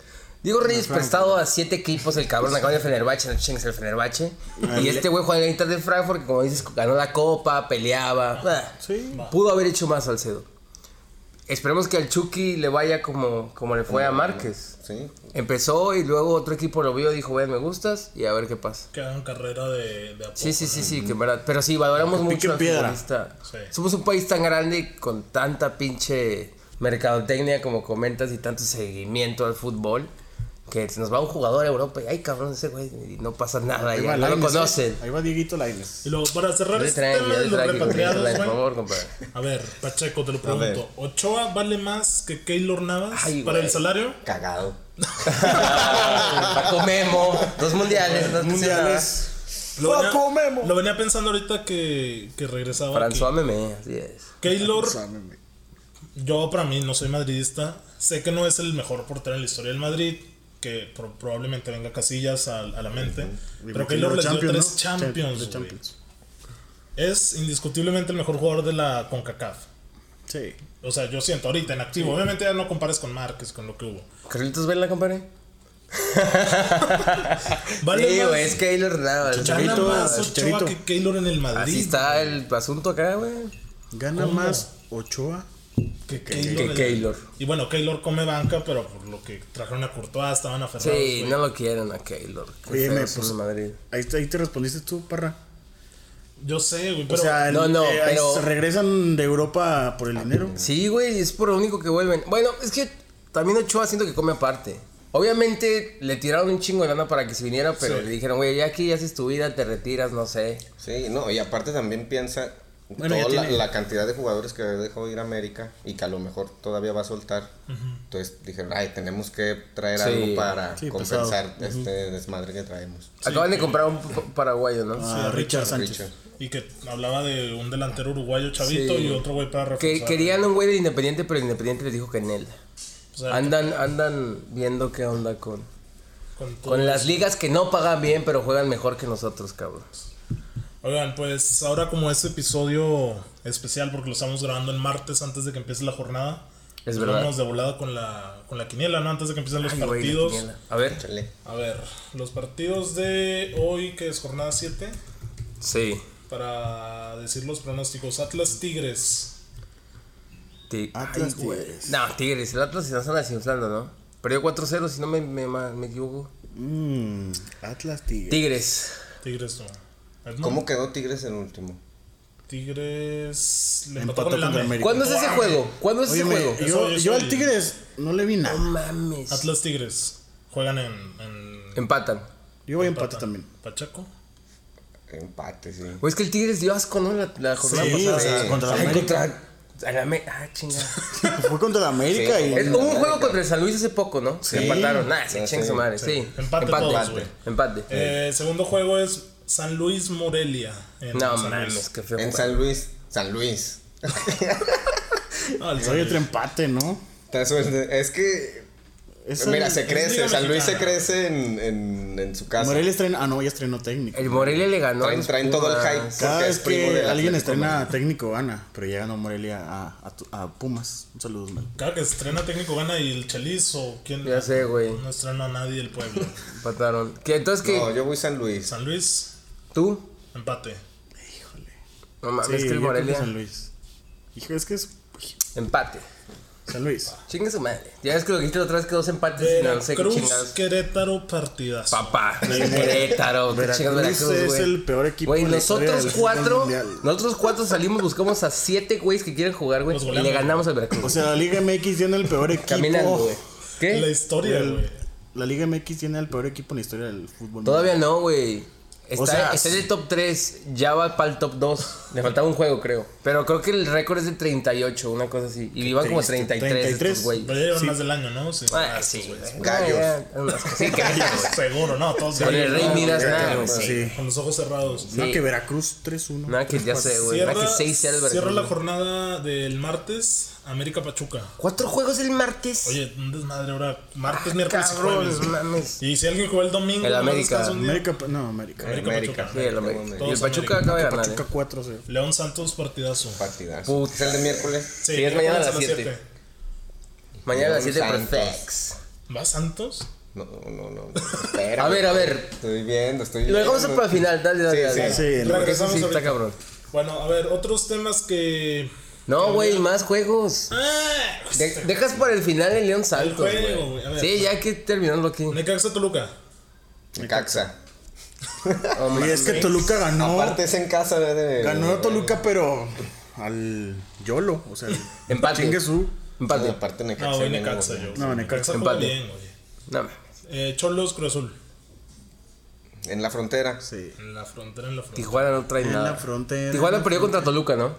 Speaker 2: Diego Reyes prestado a siete equipos, el cabrón acaba de Fenerbahce, no chingues el Fenerbahce. Y este güey juega en el Inter de Frankfurt, que como dices, ganó la copa, peleaba. Ah,
Speaker 4: Sí.
Speaker 2: Pudo haber hecho más Salcedo. Esperemos que al Chucky le vaya como, como le fue a Márquez.
Speaker 3: Sí.
Speaker 2: Empezó y luego otro equipo lo vio y dijo, güey, me gustas y a ver qué pasa.
Speaker 1: Que hagan carrera de, de apoyo.
Speaker 2: Sí, sí, sí, sí, que en verdad. Pero sí, valoramos
Speaker 4: Que pique
Speaker 2: mucho al
Speaker 4: piedra.
Speaker 2: futbolista.
Speaker 1: Sí.
Speaker 2: Somos un país tan grande y con tanta pinche mercadotecnia como comentas y tanto seguimiento al fútbol que se nos va un jugador a Europa y ay cabrón ese güey y no pasa nada ya, no lo
Speaker 4: Lainez, ¿eh?
Speaker 2: conocen.
Speaker 4: Ahí va Dieguito Laines.
Speaker 1: Y luego, para cerrar
Speaker 2: Yo le
Speaker 1: este
Speaker 2: traigo,
Speaker 1: tema
Speaker 2: yo
Speaker 1: de
Speaker 2: le
Speaker 1: los
Speaker 2: traigo, yo le
Speaker 1: repatriados,
Speaker 2: traigo, por
Speaker 1: güey.
Speaker 2: favor, compadre.
Speaker 1: A ver, Pacheco, te lo
Speaker 3: ver.
Speaker 1: pregunto. ¿Ochoa vale más que Keylor Navas
Speaker 2: Ay,
Speaker 1: para
Speaker 2: güey.
Speaker 1: el salario?
Speaker 3: Cagado.
Speaker 2: Paco Memo, dos mundiales, dos mundiales.
Speaker 4: Mundiales.
Speaker 1: Lo venía,
Speaker 4: ¡Paco Memo!
Speaker 1: lo venía pensando ahorita que, que regresaba. aquí.
Speaker 2: François Meme, así es.
Speaker 1: Keylor, yo para mí no soy madridista. Sé que no es el mejor portero en la historia del Madrid. Que pro- probablemente venga Casillas a, a la mente. Pero Keylor les dio tres Champions.
Speaker 4: De
Speaker 1: güey.
Speaker 4: Champions.
Speaker 1: Es indiscutiblemente el mejor jugador de la CONCACAF.
Speaker 4: Sí.
Speaker 1: O sea, yo siento ahorita en activo. Obviamente ya no compares con Márquez, con lo que hubo.
Speaker 2: Carlitos Vela, compadre.
Speaker 1: Vale
Speaker 2: Sí,
Speaker 1: más-
Speaker 2: güey, es Keylor Navas.
Speaker 1: Gana
Speaker 4: Chicharito,
Speaker 1: más Ochoa
Speaker 4: Chicharito.
Speaker 1: que Keylor en el
Speaker 2: Así
Speaker 1: Madrid.
Speaker 2: está el asunto acá, güey.
Speaker 4: Gana
Speaker 1: ¿Cómo?
Speaker 4: más Ochoa.
Speaker 1: Que Keylor.
Speaker 2: que
Speaker 1: en el-
Speaker 2: Keylor.
Speaker 1: Y bueno, Keylor come banca, pero por lo que trajeron a Courtois, estaban aferrados.
Speaker 2: Sí,
Speaker 1: güey.
Speaker 2: no lo quieren a Keylor. Qué
Speaker 4: Oye,
Speaker 2: feo
Speaker 4: me,
Speaker 2: son
Speaker 4: pues-
Speaker 2: de Madrid.
Speaker 4: Ahí, ahí te respondiste tú, Parra.
Speaker 1: Yo sé, güey, pero...
Speaker 4: o sea, el-
Speaker 2: No, no,
Speaker 4: eh, ahí
Speaker 2: pero- Ah,
Speaker 4: se regresan de Europa por el dinero.
Speaker 2: Sí, güey, es por lo único que vuelven. Bueno, es que también Ochoa siento que come aparte. Obviamente le tiraron un chingo de lana para que se viniera, pero
Speaker 1: Sí.
Speaker 2: le dijeron, güey, ya aquí haces tu vida, te retiras, no sé.
Speaker 3: Sí, no, y aparte también piensa
Speaker 4: Bueno, ya
Speaker 3: toda la,
Speaker 4: tiene-
Speaker 3: la cantidad de jugadores que dejó ir a América y que a lo mejor todavía va a soltar. Entonces dijeron, ay, tenemos que traer
Speaker 2: Sí.
Speaker 3: algo para
Speaker 4: Sí,
Speaker 3: compensar este desmadre que traemos.
Speaker 2: Acaban de comprar un p- paraguayo, ¿no?
Speaker 4: A Richard Sánchez.
Speaker 3: Richard.
Speaker 1: Y que hablaba de un delantero uruguayo chavito
Speaker 2: Sí.
Speaker 1: y otro güey para reforzar.
Speaker 2: Que querían un güey de Independiente, pero el Independiente les dijo que en él.
Speaker 1: O sea,
Speaker 2: Andan, andan viendo qué onda con,
Speaker 1: con todo.
Speaker 2: con las ligas que no pagan bien, pero juegan mejor que nosotros, cabrón.
Speaker 1: Oigan, pues ahora como este episodio especial, porque lo estamos grabando el martes antes de que empiece la jornada.
Speaker 2: Es
Speaker 1: nos
Speaker 2: verdad.
Speaker 1: Vamos de volada con la, con la quiniela, ¿no? Antes de que empiecen los
Speaker 2: Ay, güey, la
Speaker 1: partidos.
Speaker 2: quiniela. a ver,
Speaker 3: Chale.
Speaker 1: A ver, los partidos de hoy, que es jornada 7,
Speaker 2: sí.
Speaker 1: para decir los pronósticos. Atlas Tigres.
Speaker 2: Ti-
Speaker 4: Atlas
Speaker 2: Ay, güey.
Speaker 4: Tigres.
Speaker 2: No, Tigres. El Atlas se está desinflando, ¿no? Perdió 4-0, si no me, me, ma- me equivoco.
Speaker 4: Mm, Atlas Tigre.
Speaker 2: Tigres.
Speaker 1: Tigres no. Edmond.
Speaker 3: ¿Cómo quedó Tigres en último?
Speaker 1: Tigres. Le
Speaker 4: Empató
Speaker 1: empató con el
Speaker 4: contra
Speaker 1: América.
Speaker 4: América.
Speaker 2: ¿Cuándo es ese
Speaker 1: Guau.
Speaker 2: juego? ¿Cuándo es ese
Speaker 4: Óyeme,
Speaker 2: juego?
Speaker 1: Eso-
Speaker 4: yo,
Speaker 1: eso
Speaker 4: yo
Speaker 1: el-
Speaker 4: al Tigres no le vi
Speaker 2: No
Speaker 4: nada.
Speaker 2: mames.
Speaker 1: Atlas Tigres. Juegan en. en
Speaker 2: Empatan.
Speaker 4: Yo voy a empate también.
Speaker 1: Pachaco.
Speaker 3: Empate, sí.
Speaker 2: Güey, es que el Tigres dio asco, ¿no? La, la jornada
Speaker 4: Sí,
Speaker 2: pasada.
Speaker 4: o sea,
Speaker 2: Sí.
Speaker 4: contra la
Speaker 2: Ay,
Speaker 4: América.
Speaker 2: contra- a la Amé- ah, chinga.
Speaker 4: Fue contra la América
Speaker 3: Sí,
Speaker 4: y.
Speaker 2: Es-
Speaker 3: la
Speaker 2: hubo un
Speaker 3: América.
Speaker 2: juego contra el San Luis hace poco, ¿no? Se
Speaker 4: Sí.
Speaker 2: empataron. Nah, se
Speaker 3: Sí,
Speaker 2: chinga
Speaker 3: sí,
Speaker 2: su madre, sí.
Speaker 1: Empate todos, güey.
Speaker 2: Empate.
Speaker 1: Eh, el segundo juego es San Luis Morelia. en
Speaker 2: No
Speaker 1: San Luis.
Speaker 2: mames, qué feo.
Speaker 3: En San Luis, San Luis.
Speaker 1: No, Ah, el San
Speaker 4: Oye,
Speaker 1: Luis.
Speaker 4: otro empate, ¿no?
Speaker 3: Está suerte. Es que.
Speaker 4: Es
Speaker 3: Mira,
Speaker 4: el-
Speaker 3: se crece.
Speaker 1: Liga
Speaker 3: San Luis se
Speaker 1: Mexicana.
Speaker 3: crece en, en, en su casa.
Speaker 4: Morelia estrena. Ah, no, ya estrenó técnico.
Speaker 2: El Morelia le ganó. a
Speaker 3: Traen-
Speaker 2: los
Speaker 3: traen todo el
Speaker 2: Pumas.
Speaker 3: hype.
Speaker 4: Cada
Speaker 3: porque
Speaker 4: vez
Speaker 3: es primo
Speaker 4: que
Speaker 3: del
Speaker 4: alguien
Speaker 3: Atlético
Speaker 4: estrena técnico gana, pero ya ganó Morelia a, a tu- a Pumas. Un saludo, Mel.
Speaker 1: Cada que estrena técnico gana y el Chelis o quién.
Speaker 2: Ya sé, güey.
Speaker 1: No estrena a nadie el pueblo.
Speaker 2: Empataron. ¿Qué, entonces, ¿qué?
Speaker 3: No, yo voy San
Speaker 2: Ah,
Speaker 3: Luis.
Speaker 1: San Luis,
Speaker 2: ¿Tú?
Speaker 1: empate.
Speaker 2: No mames, que
Speaker 4: Sí,
Speaker 2: el
Speaker 4: yo creo que
Speaker 2: Morelia.
Speaker 4: San Luis. Hijo, es que es.
Speaker 2: Empate.
Speaker 4: San Luis.
Speaker 2: Chinga su madre. Ya ves que lo dijiste la otra vez que dos empates y no sé qué
Speaker 1: Veracruz,
Speaker 2: chingados.
Speaker 1: Querétaro, partidazo.
Speaker 2: Papá, Querétaro, qué
Speaker 4: Veracruz
Speaker 2: chingados Veracruz,
Speaker 4: es
Speaker 2: güey.
Speaker 4: el peor equipo
Speaker 2: Güey,
Speaker 4: en la historia
Speaker 2: nosotros
Speaker 4: del fútbol
Speaker 2: cuatro,
Speaker 4: mundial.
Speaker 2: nosotros cuatro salimos, buscamos a siete güeyes que quieren jugar, güey.
Speaker 1: Los
Speaker 2: Y
Speaker 1: goleamos.
Speaker 2: le ganamos al
Speaker 4: O
Speaker 2: Veracruz.
Speaker 4: sea, la Liga MX tiene el peor Pues, equipo.
Speaker 2: Caminando, güey.
Speaker 1: La
Speaker 2: ¿Qué?
Speaker 1: historia,
Speaker 4: El-
Speaker 1: güey.
Speaker 4: la Liga MX tiene el peor equipo en la historia del fútbol.
Speaker 2: Todavía no, güey. Está,
Speaker 4: O sea,
Speaker 2: está en el top 3, ya va para el top 2. Le faltaba un juego, creo. Pero creo que el récord es de 38, una cosa así. Y iban como
Speaker 4: triste.
Speaker 2: 33,
Speaker 4: 33.
Speaker 2: estos güey.
Speaker 1: Pero ya llevan
Speaker 4: Sí.
Speaker 1: más del año, ¿no? Sí.
Speaker 2: Ah, sí, güey.
Speaker 3: Gallos.
Speaker 2: Ah, ya, unas cosas. Sí, gallos.
Speaker 1: Seguro, no, todos
Speaker 2: Con el
Speaker 1: ganan,
Speaker 2: Rey
Speaker 1: ¿no?
Speaker 2: Midas,
Speaker 3: güey,
Speaker 2: nada,
Speaker 3: claro,
Speaker 2: güey.
Speaker 3: Pues sí.
Speaker 4: Sí.
Speaker 1: Con los ojos cerrados.
Speaker 4: No, que Veracruz 3-1.
Speaker 2: Nada que ya sé, güey. Nada
Speaker 1: Cierra,
Speaker 2: que 6 sea el
Speaker 1: cierra
Speaker 2: Veracruz.
Speaker 1: la
Speaker 2: güey.
Speaker 1: jornada del martes, América Pachuca.
Speaker 2: Cuatro juegos el martes.
Speaker 1: Oye, un desmadre ahora. Martes, miércoles y
Speaker 2: Ah, cabrón,
Speaker 1: jueves.
Speaker 2: mames.
Speaker 1: Y si alguien jugó el domingo,
Speaker 2: El
Speaker 1: nomás
Speaker 2: América.
Speaker 1: descansa un día.
Speaker 4: América, pa- no, América.
Speaker 1: América,
Speaker 3: América.
Speaker 1: Pachuca.
Speaker 2: Sí, el América.
Speaker 3: Todos
Speaker 2: Y el Pachuca
Speaker 1: América.
Speaker 2: acaba de ganar.
Speaker 4: Pachuca
Speaker 2: eh.
Speaker 4: 4-0.
Speaker 1: León Santos, partidazo.
Speaker 3: Partidazo.
Speaker 2: Puta.
Speaker 3: Es el de miércoles.
Speaker 2: Sí, es mañana a las
Speaker 1: miércoles
Speaker 2: siete.
Speaker 1: siete.
Speaker 2: Mañana a las
Speaker 3: León
Speaker 2: 7
Speaker 3: Santos.
Speaker 2: perfects.
Speaker 1: ¿Va Santos?
Speaker 3: No, no, no. Espera.
Speaker 2: A ver, a ver.
Speaker 3: Estoy viendo, estoy
Speaker 2: Lo
Speaker 3: viendo.
Speaker 2: dejamos para el final. Dale, dale,
Speaker 3: Sí,
Speaker 2: dale.
Speaker 3: sí.
Speaker 4: Sí, no.
Speaker 2: Porque eso
Speaker 1: Regresamos
Speaker 2: sí está
Speaker 1: ahorita.
Speaker 2: cabrón.
Speaker 1: Bueno, a ver, otros temas que.
Speaker 2: No, güey, más juegos.
Speaker 1: ¡Ah!
Speaker 2: De- dejas para el final el León Santos.
Speaker 1: juego,
Speaker 2: güey.
Speaker 1: güey, a ver.
Speaker 2: Sí, ya hay que terminarlo aquí.
Speaker 1: Necaxa Toluca.
Speaker 3: Necaxa.
Speaker 2: Oh,
Speaker 4: Y
Speaker 2: mames.
Speaker 4: es que Toluca ganó.
Speaker 3: Aparte es en casa de. de-
Speaker 4: ganó Toluca, pero al Yolo. O sea, al-
Speaker 2: Empate.
Speaker 4: chingue su.
Speaker 3: No,
Speaker 2: Empate.
Speaker 3: Aparte Necaxa.
Speaker 1: No, güey,
Speaker 3: viene
Speaker 1: Ah, Necaxa
Speaker 3: en-
Speaker 1: yo.
Speaker 4: No, Necaxa.
Speaker 1: juega
Speaker 2: Empate.
Speaker 1: bien, güey.
Speaker 2: No, mames.
Speaker 1: Eh, Cholos, Cruz Azul.
Speaker 3: En la frontera.
Speaker 4: Sí.
Speaker 1: En la frontera, en la frontera.
Speaker 2: Tijuana no trae
Speaker 4: En la
Speaker 2: nada.
Speaker 4: frontera.
Speaker 2: Tijuana perdió contra Toluca, ¿no?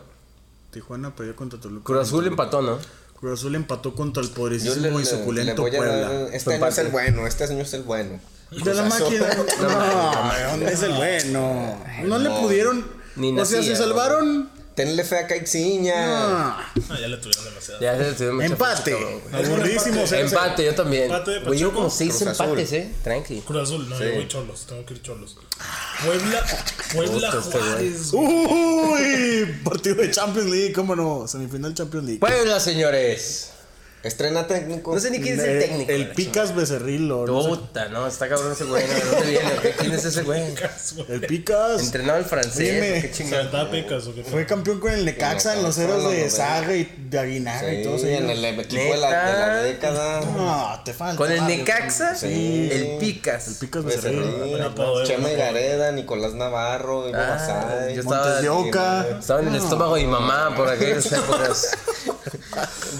Speaker 4: Tijuana perdió contra Toluca.
Speaker 2: Cruz Azul empató, ¿no?
Speaker 4: Cruz Azul empató contra el
Speaker 3: Yo le,
Speaker 4: poderosísimo y
Speaker 3: le- le
Speaker 4: suculento
Speaker 3: voy a
Speaker 4: Puebla.
Speaker 3: dar.
Speaker 2: Fue
Speaker 3: Este año es
Speaker 2: empate.
Speaker 3: el bueno. Este año es el bueno.
Speaker 4: De la
Speaker 3: Cruz Azul.
Speaker 4: máquina. No, ¿dónde es el bueno? No le pudieron.
Speaker 2: Ni
Speaker 4: o sea,
Speaker 2: nacía,
Speaker 4: se salvaron.
Speaker 3: Tenle fe a Caixiña.
Speaker 4: Ah,
Speaker 1: Ah, ya le tuvieron demasiado.
Speaker 2: Ya se se- se-
Speaker 4: empate. Aburridísimo.
Speaker 1: Empate.
Speaker 4: se-
Speaker 2: Empate, yo también.
Speaker 1: Empate de
Speaker 2: Güey, llevo como
Speaker 1: Pachuco,
Speaker 2: seis
Speaker 3: Cruz Azul.
Speaker 2: empates, eh. Tranqui.
Speaker 1: Cruz Azul, no, yo voy Cholos, tengo que ir Cholos. Puebla, Puebla
Speaker 2: Puta, este güey.
Speaker 1: Juárez. güey.
Speaker 4: Uy, partido de Champions League, cómo no, semifinal Champions League.
Speaker 2: Puebla, señores.
Speaker 3: Estrena técnico.
Speaker 2: No sé ni quién es
Speaker 4: Eh,
Speaker 2: el técnico.
Speaker 4: el
Speaker 2: la chingada.
Speaker 4: Picas Becerril, o no sé.
Speaker 2: Puta, no, está cabrón ese güey. No, ¿de dónde viene? ¿Qué- ¿Quién es ese güey?
Speaker 4: el Picas
Speaker 2: Entrenaba el francés.
Speaker 4: Dime.
Speaker 2: o ¿Qué
Speaker 1: O
Speaker 2: chingada?
Speaker 1: sea, da pecas o qué fue.
Speaker 4: fue campeón con el Necaxa en los
Speaker 3: Necaxa,
Speaker 4: ceros
Speaker 3: no, no,
Speaker 4: de
Speaker 3: no.
Speaker 4: Saga y de Aguinaga y todo eso.
Speaker 3: Sí, en el equipo de la, de la década.
Speaker 4: No, te falta.
Speaker 2: Con el
Speaker 4: Mario.
Speaker 2: Necaxa, pues,
Speaker 3: Sí.
Speaker 2: el Picas.
Speaker 4: Picas
Speaker 3: Becerril,
Speaker 4: Becerril.
Speaker 1: apodo,
Speaker 3: Pues Chema
Speaker 1: buen apodo.
Speaker 3: Gareda, Nicolás Navarro, Ivo
Speaker 2: Ah,
Speaker 3: Basay.
Speaker 2: yo
Speaker 4: Montes de
Speaker 2: estaba, eh.
Speaker 4: Oca.
Speaker 2: estaba en el estómago de mi mamá por aquellas épocas.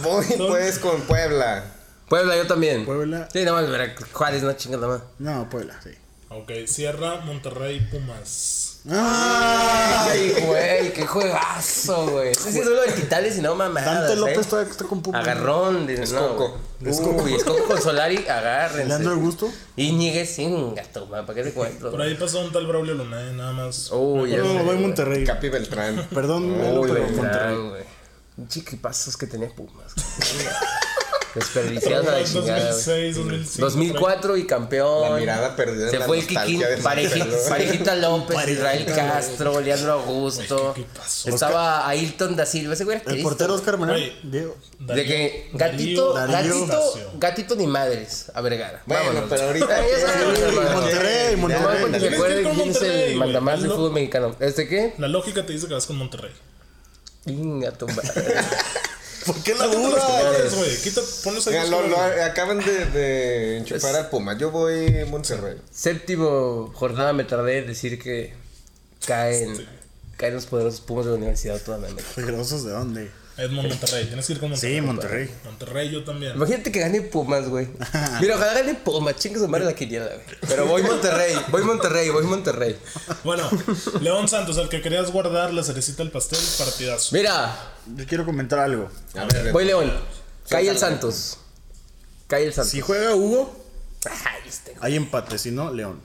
Speaker 3: Voy pues con Puebla.
Speaker 2: Puebla, yo también.
Speaker 4: Puebla.
Speaker 2: Sí, nada más, Veracruz, Juárez, no chingas nada más.
Speaker 4: No, Puebla, sí.
Speaker 1: Ok, Sierra, Monterrey, Pumas.
Speaker 4: Ah,
Speaker 2: Ay, güey, qué juegazo, güey. Ese sí es uno de quitales y no mamadas.
Speaker 4: Dante López
Speaker 2: eh.
Speaker 4: todavía está con Puma.
Speaker 2: Agarrón. De, no,
Speaker 3: Coco.
Speaker 2: güey. Uy, es Coco con Solari, agárrense.
Speaker 4: Leandro Augusto.
Speaker 2: Iñiguez sin gato, man, ¿para qué te cuento?
Speaker 1: Por ahí pasó un tal Braulio Luna, eh, nada más.
Speaker 2: Uy, ya sé,
Speaker 4: No, voy
Speaker 2: güey.
Speaker 4: Monterrey.
Speaker 3: Capi Beltrán.
Speaker 4: Perdón, Lalo,
Speaker 2: Uy,
Speaker 4: pero
Speaker 2: güey,
Speaker 4: Monterrey.
Speaker 2: nah, güey. Chiquipazos que tenía Pumas. güey. Desperdiciados a la chingada, güey.
Speaker 1: 2006, 2005.
Speaker 2: 2004 y campeón.
Speaker 3: La mirada perdida en
Speaker 2: Se
Speaker 3: la
Speaker 2: fue el
Speaker 3: nostalgia
Speaker 2: Kikín.
Speaker 3: del
Speaker 2: Parejita,
Speaker 3: Marcelo.
Speaker 2: parejita López,
Speaker 4: Parejita,
Speaker 2: Israel Castro, Leandro Augusto.
Speaker 1: Güey, ¿qué- qué pasó?
Speaker 2: Estaba Ailton da Silva. Ese güey era
Speaker 4: El
Speaker 2: Cristo.
Speaker 4: portero Oscar Manuel.
Speaker 1: Güey.
Speaker 4: Diego.
Speaker 2: De que gatito,
Speaker 4: Darío.
Speaker 2: gatito, gatito ni madres. A Vergara.
Speaker 3: Bueno,
Speaker 2: Vámonos.
Speaker 3: pero ahorita.
Speaker 2: Ya sabes, hermano.
Speaker 4: Monterrey,
Speaker 2: Nomás porque
Speaker 4: Monterrey.
Speaker 2: se
Speaker 1: Tienes que
Speaker 2: acuerde
Speaker 1: ir con
Speaker 2: quién es
Speaker 1: Monterrey,
Speaker 2: el
Speaker 1: güey.
Speaker 2: mandamás del
Speaker 1: Hazlo.
Speaker 2: fútbol mexicano. ¿Este qué?
Speaker 1: La lógica te dice que vas con Monterrey.
Speaker 2: Inga, tumba.
Speaker 4: ¿Por qué la
Speaker 1: Quítate los
Speaker 4: duda?
Speaker 1: colores, güey. Quita, ponlos ahí.
Speaker 3: Mira,
Speaker 1: los
Speaker 3: lo- lo-
Speaker 1: colores.
Speaker 3: acaban de, de enchufar a Puma. Yo voy Monterrey.
Speaker 2: Séptimo jornada me tardé en decir que caen, caen los poderosos pumas de la universidad toda la noche.
Speaker 4: ¿Peligrosos de dónde?
Speaker 1: Es Monterrey, tienes que ir con Monterrey.
Speaker 4: Sí, Monterrey.
Speaker 1: Monterrey yo también.
Speaker 2: Imagínate que gane Pumas, güey. Mira, ojalá gane Pumas, chingue su madre la quiniela, güey. Pero voy Monterrey, voy Monterrey, voy Monterrey.
Speaker 1: Bueno, León Santos, al que querías guardar la cerecita del pastel, partidazo.
Speaker 2: Mira,
Speaker 4: Yo quiero comentar algo.
Speaker 3: A ver,
Speaker 2: voy León. Cae el Santos. Cae el Santos.
Speaker 4: Si juega Hugo,
Speaker 2: Ay, este.
Speaker 4: hay empate. Si no, León.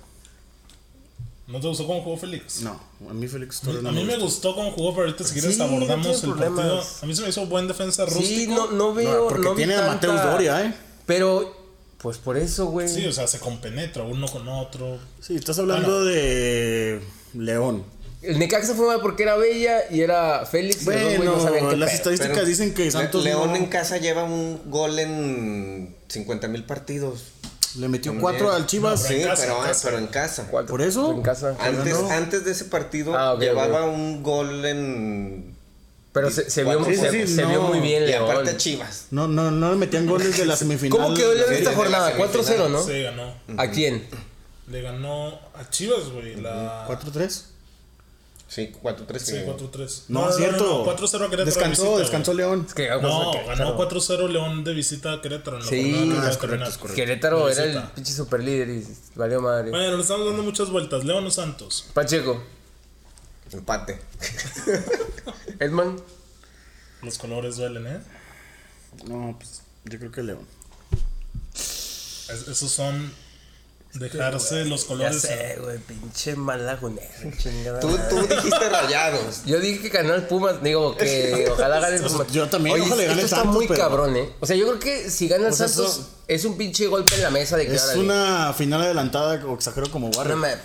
Speaker 1: ¿No te gustó cómo jugó Félix?
Speaker 4: No, a mí Félix Torres
Speaker 1: A
Speaker 4: no
Speaker 1: mí me
Speaker 4: gusta.
Speaker 1: gustó cómo jugó, pero ahorita si quieres
Speaker 2: Sí, no
Speaker 1: abordamos
Speaker 2: tiene
Speaker 1: el partido.
Speaker 2: problemas.
Speaker 1: A mí se me hizo buen defensa rústico.
Speaker 2: Sí,
Speaker 1: Sí,
Speaker 2: no, no veo.
Speaker 4: No, porque
Speaker 2: no vi
Speaker 4: tiene a
Speaker 2: tanta-
Speaker 4: Mateus Doria, ¿eh?
Speaker 2: Pero, pues por eso, güey.
Speaker 1: o sea, se compenetra uno con otro.
Speaker 4: Sí, estás hablando de León.
Speaker 2: El Necaxa fue mal porque era Bella y era Félix. y los dos, güey,
Speaker 4: Bueno,
Speaker 2: no sabían qué
Speaker 4: las
Speaker 2: pedo.
Speaker 4: estadísticas
Speaker 3: Pero
Speaker 4: dicen que
Speaker 3: Le-
Speaker 4: Santos
Speaker 3: León
Speaker 4: no-
Speaker 3: en casa lleva un gol en 50 mil partidos.
Speaker 4: le metió
Speaker 3: También.
Speaker 4: cuatro al Chivas.
Speaker 1: No,
Speaker 3: Sí,
Speaker 1: en casa,
Speaker 3: pero,
Speaker 1: en
Speaker 3: ah,
Speaker 1: casa.
Speaker 3: pero en casa.
Speaker 2: Cuatro.
Speaker 4: ¿Por eso?
Speaker 2: En casa.
Speaker 3: Antes,
Speaker 4: Pero no.
Speaker 3: antes de ese partido
Speaker 2: Ah, ok,
Speaker 3: llevaba un gol en...
Speaker 2: Pero se, se vio,
Speaker 3: Cuatro.
Speaker 2: se-
Speaker 4: Sí, sí,
Speaker 2: se
Speaker 4: no.
Speaker 2: vio muy bien
Speaker 3: y
Speaker 2: León.
Speaker 3: aparte Chivas.
Speaker 4: No, no, no le metían goles de la semifinal.
Speaker 2: ¿Cómo quedó León
Speaker 3: Sí,
Speaker 2: esta
Speaker 3: de la
Speaker 2: jornada?
Speaker 3: semifinal.
Speaker 2: 4-0, ¿no?
Speaker 1: Se ganó.
Speaker 2: ¿A quién?
Speaker 1: Le ganó a Chivas, güey. La...
Speaker 4: 4-3.
Speaker 3: Sí, 4-3.
Speaker 1: Sí, 4-3.
Speaker 4: No, es cierto.
Speaker 1: 4-0 Querétaro. de
Speaker 4: Descansó,
Speaker 1: visita,
Speaker 4: descansó
Speaker 1: güey.
Speaker 4: León.
Speaker 2: Es que
Speaker 1: No,
Speaker 2: Querétaro.
Speaker 1: ganó 4-0 León de visita a Querétaro. En la
Speaker 2: Sí.
Speaker 1: jornada que
Speaker 2: Ah,
Speaker 1: acaba
Speaker 4: es
Speaker 1: de
Speaker 4: correcto,
Speaker 1: terminar.
Speaker 4: es correcto.
Speaker 2: Querétaro era el
Speaker 1: Visita.
Speaker 2: pinche superlíder y valió madre.
Speaker 1: Bueno, le estamos dando muchas vueltas. León o Santos.
Speaker 2: Pacheco,
Speaker 3: Empate.
Speaker 2: Edman,
Speaker 1: Los colores duelen, ¿eh?
Speaker 4: No, pues yo creo que León.
Speaker 1: Es- esos son dejarse los
Speaker 2: ya
Speaker 1: colores.
Speaker 2: sé, güey, pinche malagunero, chingada.
Speaker 3: Tú,
Speaker 2: madre.
Speaker 3: tú dijiste rayados.
Speaker 2: Yo dije que ganó el Pumas, digo que ojalá gane el Pumas.
Speaker 4: yo también,
Speaker 2: Oye,
Speaker 4: ojalá
Speaker 2: esto
Speaker 4: gane el
Speaker 2: está
Speaker 4: Santos,
Speaker 2: muy
Speaker 4: pero-
Speaker 2: cabrón, ¿eh? O sea, yo creo que si gana el
Speaker 4: Pues eso-
Speaker 2: Santos es un pinche golpe en la mesa de que
Speaker 4: Es
Speaker 2: órale,
Speaker 4: una final adelantada, o exagero como
Speaker 2: no
Speaker 4: Warren.
Speaker 2: mames.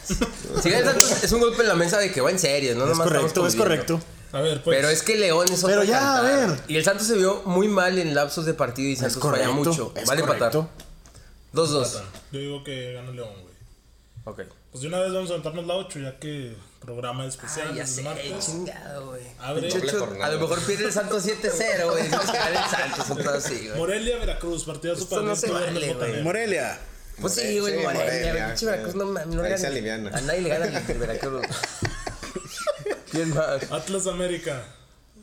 Speaker 2: Si gana el Santos es un golpe en la mesa de que va en serio, no
Speaker 4: Es
Speaker 2: nomás estamos
Speaker 4: correcto, es
Speaker 2: conviviendo.
Speaker 4: correcto.
Speaker 1: A ver, pues.
Speaker 2: Pero es que León es otro
Speaker 4: Pero ya,
Speaker 2: cantar.
Speaker 4: a ver.
Speaker 2: Y el Santos se vio muy mal en lapsos de partido y
Speaker 4: Es
Speaker 2: Santos falla
Speaker 4: correcto.
Speaker 2: mucho.
Speaker 4: es
Speaker 2: vale
Speaker 4: correcto.
Speaker 2: empatar. 2-2.
Speaker 1: Yo digo que gana León, güey.
Speaker 2: Ok.
Speaker 1: Pues de una vez vamos a levantarnos la 8, ya que programa especial
Speaker 2: Ay, ya
Speaker 1: el
Speaker 2: sé,
Speaker 1: martes.
Speaker 2: chingado, güey.
Speaker 1: Abre
Speaker 2: Pinche
Speaker 3: Doble
Speaker 2: ocho-
Speaker 3: jornada.
Speaker 2: A lo mejor pierde el Santos 7-0, güey. No se gana el Santos, un pedo así, güey.
Speaker 1: Morelia, Veracruz, partidazo
Speaker 2: Esto
Speaker 1: para
Speaker 2: no
Speaker 1: mí,
Speaker 2: se
Speaker 1: este viernes
Speaker 2: vale, güey.
Speaker 1: botanero.
Speaker 4: Morelia.
Speaker 2: Pues sí,
Speaker 3: Morelia,
Speaker 2: güey,
Speaker 3: sí,
Speaker 2: Morelia,
Speaker 3: Morelia,
Speaker 2: güey, pinche Veracruz, no mames, no
Speaker 3: Ahí
Speaker 2: le
Speaker 3: se
Speaker 2: gana-
Speaker 3: aliviana.
Speaker 2: A nadie le gana el Veracruz. ¿Quién más?
Speaker 1: Atlas América.